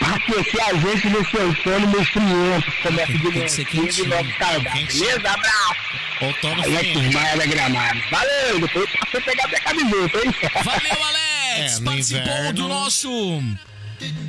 Speaker 11: Associar a gente no seu sono, meu friento.
Speaker 6: é
Speaker 11: Começa de
Speaker 4: que
Speaker 6: né?
Speaker 4: ser
Speaker 11: mantinho e
Speaker 4: quentinho,
Speaker 11: logo saudar.
Speaker 4: quentinho.
Speaker 11: Beleza? Abraço.
Speaker 4: Outono
Speaker 6: é
Speaker 11: Alex
Speaker 4: friento.
Speaker 11: Maia da Gramado. é Valeu, depois passou a pegar minha camiseta, hein?
Speaker 3: Valeu, Alex!
Speaker 4: É, no
Speaker 3: Participou
Speaker 4: inverno-
Speaker 3: do nosso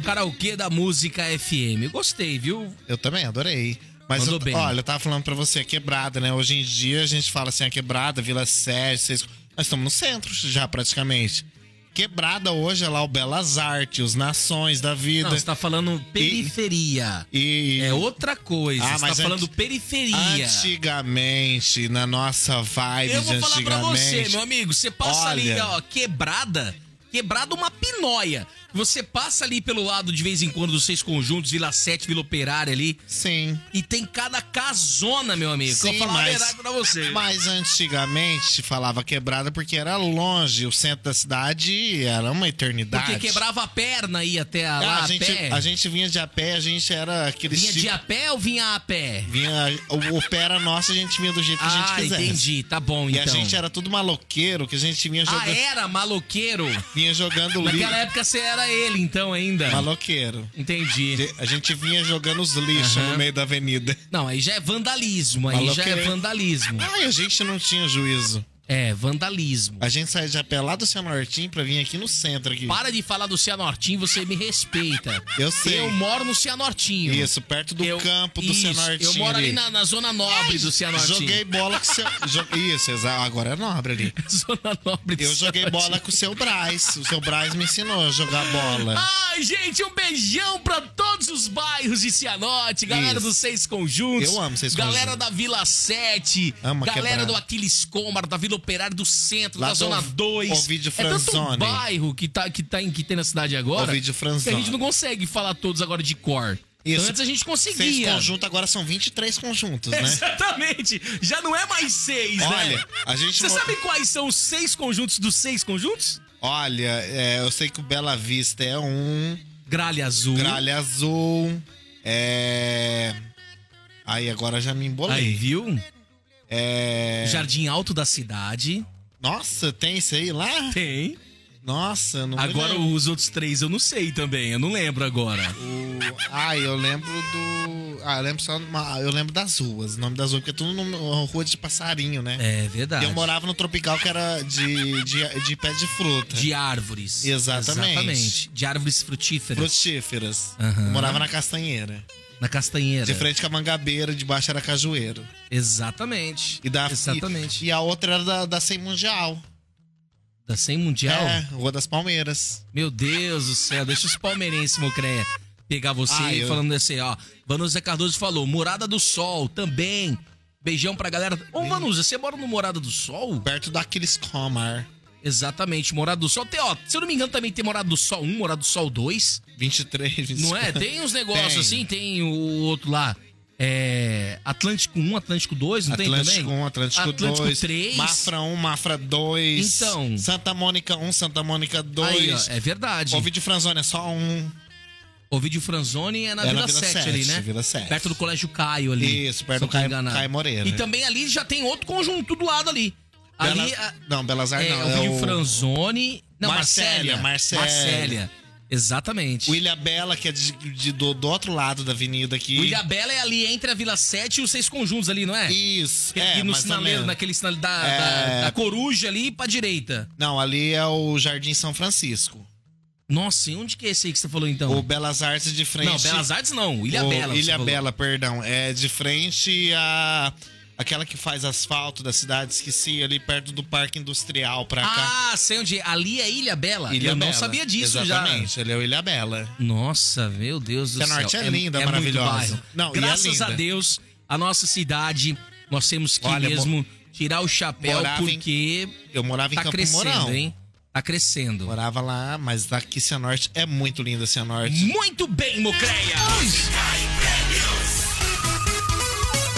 Speaker 3: karaokê da música FM. Eu Gostei, viu?
Speaker 4: Eu também, adorei. Mas
Speaker 3: Mandou
Speaker 4: eu-
Speaker 3: bem.
Speaker 4: olha, eu tava falando pra você, a quebrada, né? Hoje em dia a gente fala assim, a quebrada, Vila Sérgio, Seis- nós estamos no centro já praticamente. Quebrada hoje é lá o Belas Artes, os Nações da Vida.
Speaker 3: Não, você tá falando periferia.
Speaker 4: E
Speaker 3: É outra coisa.
Speaker 4: Ah,
Speaker 3: você tá
Speaker 4: mas anti-
Speaker 3: falando periferia.
Speaker 4: antigamente, na nossa vibe
Speaker 3: Eu
Speaker 4: de
Speaker 3: vou falar pra
Speaker 4: antigamente.
Speaker 3: você, meu amigo. Você passa ali,
Speaker 4: Olha.
Speaker 3: ó, quebrada. Quebrada uma pinóia. Você passa ali pelo lado de vez em quando dos seis conjuntos, Vila 7, Vila Operária ali.
Speaker 4: Sim.
Speaker 3: E tem cada casona, meu amigo.
Speaker 4: Sim,
Speaker 3: Vou falar a
Speaker 4: mas- é
Speaker 3: verdade pra você.
Speaker 4: Mas antigamente falava quebrada porque era longe, o centro da cidade era uma eternidade.
Speaker 3: Porque quebrava a perna aí até a, lá
Speaker 4: Ah,
Speaker 3: a,
Speaker 4: a, gente,
Speaker 3: pé.
Speaker 4: a gente vinha de a pé, a gente era aquele
Speaker 3: Vinha de
Speaker 4: tipo-
Speaker 3: a pé ou vinha a pé?
Speaker 4: Vinha, o, o pé era nosso, a gente vinha do jeito que a gente
Speaker 3: Ah,
Speaker 4: quisesse.
Speaker 3: entendi. Tá bom,
Speaker 4: E
Speaker 3: então.
Speaker 4: a gente era tudo maloqueiro, que a gente vinha
Speaker 3: Ah,
Speaker 4: jogando,
Speaker 3: era maloqueiro?
Speaker 4: vinha jogando livro.
Speaker 3: Naquela época você era ele, então, ainda.
Speaker 4: Maloqueiro.
Speaker 3: Entendi.
Speaker 4: A gente vinha jogando os lixos
Speaker 3: Aham.
Speaker 4: no meio da avenida.
Speaker 3: Não, aí já é vandalismo. Aí já é
Speaker 4: Maloqueiro.
Speaker 3: vandalismo.
Speaker 4: Ai, a gente não tinha juízo.
Speaker 3: É, vandalismo.
Speaker 4: A gente saía de a pé lá do Senhor Nortinho pra vir aqui no centro. Aqui.
Speaker 3: Para de falar do Cianortinho, você me respeita.
Speaker 4: Eu sei.
Speaker 3: Eu moro no Cianortinho.
Speaker 4: Isso, perto do
Speaker 3: Eu-
Speaker 4: campo do
Speaker 3: Isso,
Speaker 4: Senhor Nortinho.
Speaker 3: Eu moro ali na, na zona nobre do Cianortinho.
Speaker 4: Joguei bola com o seu... jo- Isso, exa- agora é nobre ali.
Speaker 3: *laughs* Zona nobre do
Speaker 4: Eu joguei
Speaker 3: Cianortinho.
Speaker 4: bola com o seu Braz. O seu Braz me ensinou a jogar bola.
Speaker 3: Ai, gente, um beijão pra todos os bairros de Cianorte, galera
Speaker 4: Isso.
Speaker 3: dos Seis Conjuntos.
Speaker 4: Eu amo Seis
Speaker 3: Galera
Speaker 4: Conjuntos.
Speaker 3: da Vila 7.
Speaker 4: Amo a
Speaker 3: galera
Speaker 4: quebrada.
Speaker 3: do Aquiles Cômaro, da Vila Operário do Centro,
Speaker 4: Lá
Speaker 3: da
Speaker 4: do
Speaker 3: Zona
Speaker 4: Ov-
Speaker 3: 2.
Speaker 4: Ovidio
Speaker 3: É tanto
Speaker 4: Franzoni.
Speaker 3: bairro que, tá, que, tá, em- que tem na cidade agora
Speaker 4: Ovidio
Speaker 3: que a
Speaker 4: Franzoni.
Speaker 3: gente não consegue falar todos agora de cor.
Speaker 4: Isso.
Speaker 3: Antes a gente
Speaker 4: Seis
Speaker 3: conseguia.
Speaker 4: conjuntos, agora são 23 conjuntos, né?
Speaker 3: *laughs* Exatamente. Já não é mais seis, né?
Speaker 4: Olha, a gente...
Speaker 3: Você
Speaker 4: mo-
Speaker 3: sabe quais são os seis conjuntos dos seis conjuntos?
Speaker 4: Olha, é, eu sei que o Bela Vista é um,
Speaker 3: Gralha Azul.
Speaker 4: Gralha Azul, é... Aí, agora já me
Speaker 3: Aí,
Speaker 4: embolei.
Speaker 3: viu?
Speaker 4: É...
Speaker 3: Jardim Alto da Cidade.
Speaker 4: Nossa, tem isso aí lá?
Speaker 3: Tem.
Speaker 4: Nossa, não me
Speaker 3: Agora
Speaker 4: lembro.
Speaker 3: os outros três eu não sei também, eu não lembro agora.
Speaker 4: O- Ah, eu lembro do... Ah, eu lembro só... uma- ah, Eu lembro das ruas, o nome das ruas, porque é tudo numa rua de passarinho, né?
Speaker 3: É verdade.
Speaker 4: E eu morava no Tropical, que era de, de, de pé de fruta.
Speaker 3: De árvores.
Speaker 4: Exatamente.
Speaker 3: Exatamente. De árvores frutíferas.
Speaker 4: frutíferas.
Speaker 3: Aham.
Speaker 4: Eu Morava na Castanheira.
Speaker 3: Na castanheira.
Speaker 4: De frente com a Mangabeira, de baixo era Cajueiro.
Speaker 3: Exatamente.
Speaker 4: E da,
Speaker 3: Exatamente.
Speaker 4: E, e a outra era da, da Sem Mundial.
Speaker 3: Da 100 Mundial.
Speaker 4: É, Rua das Palmeiras.
Speaker 3: Meu Deus do céu, deixa os palmeirenses, Mocreia, pegar você
Speaker 4: Ah,
Speaker 3: e
Speaker 4: eu-
Speaker 3: falando assim, ó. Vanusa Cardoso falou, Morada do Sol também. Beijão pra galera. Ô, Vanusa, você mora no Morada do Sol?
Speaker 4: Perto daqueles Comar.
Speaker 3: Exatamente, Morada do Sol. Tem, ó, se eu não me engano, também tem Morada do Sol 1, Morada do Sol 2.
Speaker 4: 23, 25.
Speaker 3: Não é? Tem uns negócios
Speaker 4: Tem.
Speaker 3: assim, tem o outro lá. É. Atlântico 1, Atlântico 2, não tem
Speaker 4: Atlântico
Speaker 3: também?
Speaker 4: 1, Atlântico,
Speaker 3: Atlântico
Speaker 4: 2,
Speaker 3: 3.
Speaker 4: um, Mafra 1, Mafra 2,
Speaker 3: Então.
Speaker 4: Santa Mônica 1, Santa Mônica 2,
Speaker 3: Aí, ó, é verdade.
Speaker 4: Covid Franzoni é só um,
Speaker 3: Ovidio Franzoni é na
Speaker 4: É
Speaker 3: Vila 7, ali, né?
Speaker 4: Vila 7.
Speaker 3: Perto do Colégio Caio ali.
Speaker 4: Isso,
Speaker 3: se
Speaker 4: perto
Speaker 3: eu não
Speaker 4: do
Speaker 3: tô
Speaker 4: Caio,
Speaker 3: enganado.
Speaker 4: Caio Moreira. né?
Speaker 3: E também ali já tem outro conjunto do lado ali.
Speaker 4: Bela-
Speaker 3: Ali a-
Speaker 4: Não, Belas
Speaker 3: é,
Speaker 4: Artes não.
Speaker 3: Ovidio
Speaker 4: é o-
Speaker 3: Franzoni. Não, Marcélia.
Speaker 4: Marcélia, Marcélia.
Speaker 3: Marcélia. Exatamente.
Speaker 4: O Ilha Bela, que é de, de- do, do outro lado da avenida aqui.
Speaker 3: O Ilhabela é ali entre a Vila 7 e os seis conjuntos ali, não é?
Speaker 4: Isso,
Speaker 3: Que é,
Speaker 4: é,
Speaker 3: aqui no
Speaker 4: mais ou
Speaker 3: sinaleiro,
Speaker 4: menos.
Speaker 3: naquele sinal da,
Speaker 4: É.
Speaker 3: da- da coruja ali pra direita.
Speaker 4: Não, ali é o Jardim São Francisco.
Speaker 3: Nossa, e onde que é esse aí que você falou então?
Speaker 4: O Belas Artes de frente...
Speaker 3: não, Belas Artes não, Ilha
Speaker 4: o
Speaker 3: Bela.
Speaker 4: Ilha Bela, perdão. É de frente a... Aquela que faz asfalto da cidade, esqueci, ali perto do Parque Industrial pra cá.
Speaker 3: Ah, sei onde. é. Ali é Ilha Bela? Eu não
Speaker 4: Bela.
Speaker 3: sabia disso já.
Speaker 4: Exatamente, ele é o Ilha Bela.
Speaker 3: Nossa, meu Deus do céu.
Speaker 4: Porque a Norte é linda, maravilhosa.
Speaker 3: muito bairro.
Speaker 4: Não, e é
Speaker 3: Graças
Speaker 4: linda.
Speaker 3: a Deus, a nossa cidade, nós temos que
Speaker 4: Olha,
Speaker 3: mesmo tirar o chapéu
Speaker 4: morava em-
Speaker 3: porque
Speaker 4: Eu morava em
Speaker 3: tá
Speaker 4: Campo
Speaker 3: crescendo,
Speaker 4: Mourão.
Speaker 3: hein? Tá crescendo.
Speaker 4: Morava lá, mas aqui Cianorte é muito linda Cianorte.
Speaker 3: Muito bem, Mocreia!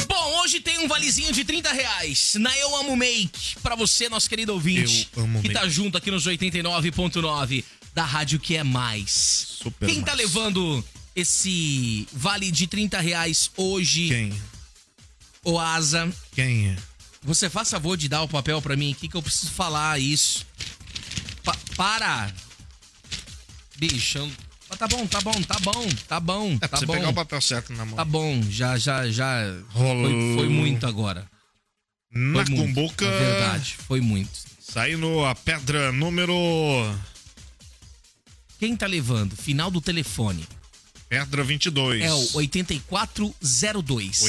Speaker 3: Bom, hoje tem um valezinho de 30 reais na Eu Amo Make pra você, nosso querido ouvinte.
Speaker 4: Eu amo
Speaker 3: que
Speaker 4: make.
Speaker 3: tá junto aqui nos 89.9 da Rádio Que É Mais.
Speaker 4: Super
Speaker 3: Quem tá
Speaker 4: mais.
Speaker 3: levando esse vale de 30 reais hoje,
Speaker 4: Quem?
Speaker 3: ô Asa?
Speaker 4: Quem?
Speaker 3: Você faz favor de dar o papel pra mim aqui que eu preciso falar isso. Pa- para! Bicho, eu- Mas tá bom, tá bom, tá bom, tá bom.
Speaker 4: É pra
Speaker 3: tá
Speaker 4: você
Speaker 3: bom.
Speaker 4: pegar o papel certo na mão.
Speaker 3: Tá bom, já, já, já.
Speaker 4: Rolou.
Speaker 3: Foi, foi muito agora.
Speaker 4: Na
Speaker 3: muito,
Speaker 4: cumbuca.
Speaker 3: na É verdade, foi muito.
Speaker 4: Saindo a pedra número.
Speaker 3: Quem tá levando? Final do telefone.
Speaker 4: Pedra 22.
Speaker 3: É o 8402.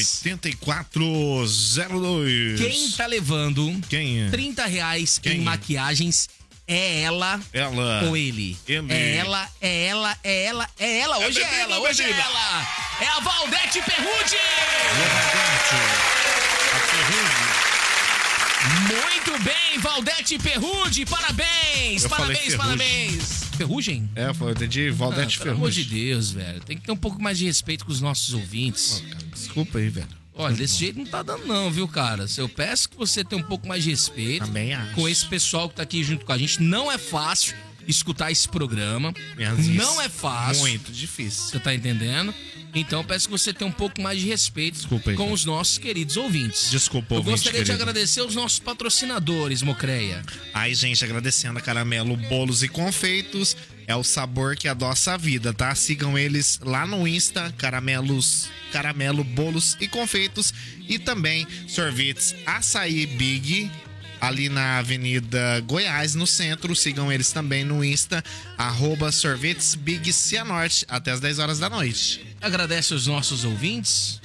Speaker 4: 8402.
Speaker 3: Quem tá levando
Speaker 4: Quem? é?
Speaker 3: 30 reais
Speaker 4: Quem?
Speaker 3: em maquiagens é ela
Speaker 4: Ela.
Speaker 3: ou ele?
Speaker 4: Ele.
Speaker 3: É ela, é ela, é ela, é ela. Hoje é,
Speaker 4: bebida,
Speaker 3: ela, hoje é
Speaker 4: bebida.
Speaker 3: ela. É a Valdete Perrucci!
Speaker 4: Levante. A ferrugem.
Speaker 3: Muito bem, Valdete Perrude, parabéns,
Speaker 4: Eu falei
Speaker 3: parabéns,
Speaker 4: ferrugem.
Speaker 3: parabéis. Ferrugem?
Speaker 4: É, foi, eu entendi. Valdete
Speaker 3: Ah, Pelo amor de
Speaker 4: Ferrugem.
Speaker 3: Deus, velho. Tem que ter um pouco mais de respeito com os nossos ouvintes.
Speaker 4: Desculpa aí, velho.
Speaker 3: Olha, desse jeito não tá dando não, viu, cara? Eu peço que você tenha um pouco mais de respeito
Speaker 4: Também acho.
Speaker 3: com esse pessoal que tá aqui junto com a gente. Não é fácil escutar esse programa.
Speaker 4: Minhas
Speaker 3: Não
Speaker 4: is-
Speaker 3: é fácil.
Speaker 4: Muito difícil.
Speaker 3: Você tá entendendo? Então eu peço que você tenha um pouco mais de respeito
Speaker 4: Desculpa aí,
Speaker 3: com
Speaker 4: cara.
Speaker 3: os nossos queridos ouvintes.
Speaker 4: Desculpa,
Speaker 3: Eu
Speaker 4: ouvinte
Speaker 3: gostaria de
Speaker 4: querido.
Speaker 3: agradecer os nossos patrocinadores, Mocreia.
Speaker 4: Ai, gente, agradecendo a Caramelo Bolos e Confeitos. É o sabor que adoça a vida, tá? Sigam eles lá no Insta, Caramelos, Caramelo Bolos e Confeitos. E também sorvetes Açaí Big, ali na Avenida Goiás, no centro. Sigam eles também no Insta, arroba sorvetes Big Cianorte, até as 10 horas da noite.
Speaker 3: Agradece os nossos ouvintes.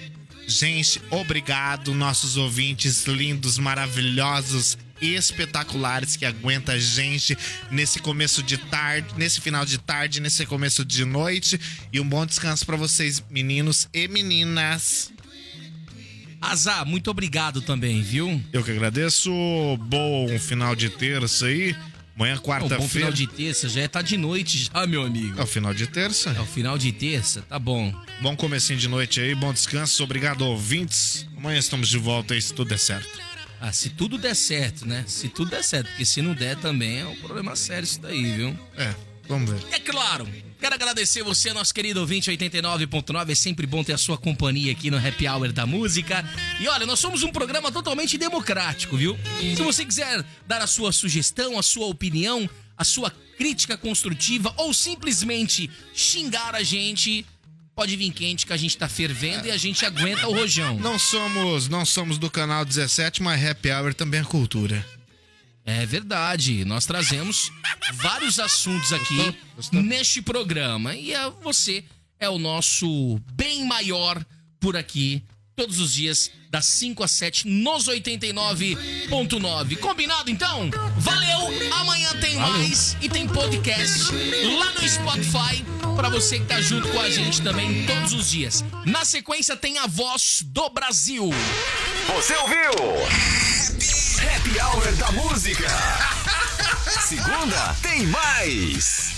Speaker 4: Gente, obrigado, nossos ouvintes lindos, maravilhosos, espetaculares que aguenta a gente nesse começo de tarde, nesse final de tarde, nesse começo de noite. E um bom descanso pra vocês, meninos e meninas.
Speaker 3: Azar, muito obrigado também, viu? É um
Speaker 4: Eu que agradeço. Bom final de terça aí. Amanhã,
Speaker 3: Um bom
Speaker 4: quarta-feira.
Speaker 3: final de terça, já é tá de noite já, meu amigo.
Speaker 4: É o final de terça.
Speaker 3: É o final de terça, tá bom.
Speaker 4: Bom comecinho de noite aí, bom descanso. Obrigado, ouvintes. Amanhã estamos de volta aí, se tudo der certo.
Speaker 3: Ah, se tudo der certo, né? Se tudo der certo, porque se não der também é um problema sério isso daí, viu?
Speaker 4: É, vamos ver.
Speaker 3: É claro. Quero agradecer você, nosso querido ouvinte 89.9. É sempre bom ter a sua companhia aqui no Happy Hour da Música. E olha, nós somos um programa totalmente democrático, viu? Se você quiser dar a sua sugestão, a sua opinião, a sua crítica construtiva ou simplesmente xingar a gente, pode vir quente que a gente tá fervendo e a gente aguenta o rojão.
Speaker 4: Não somos, não somos do canal 17, mas Happy Hour também é cultura.
Speaker 3: É verdade. Nós trazemos vários assuntos aqui
Speaker 4: Gostou?
Speaker 3: neste programa. E é você é o nosso bem maior por aqui, todos os dias, das 5 às 7, nos 89.9. Combinado então? Valeu! Amanhã tem mais e tem podcast lá no Spotify pra você que tá junto com a gente também todos os dias. Na sequência tem a voz do Brasil.
Speaker 1: Você ouviu? *laughs* Happy Hour da Música. Segunda tem mais.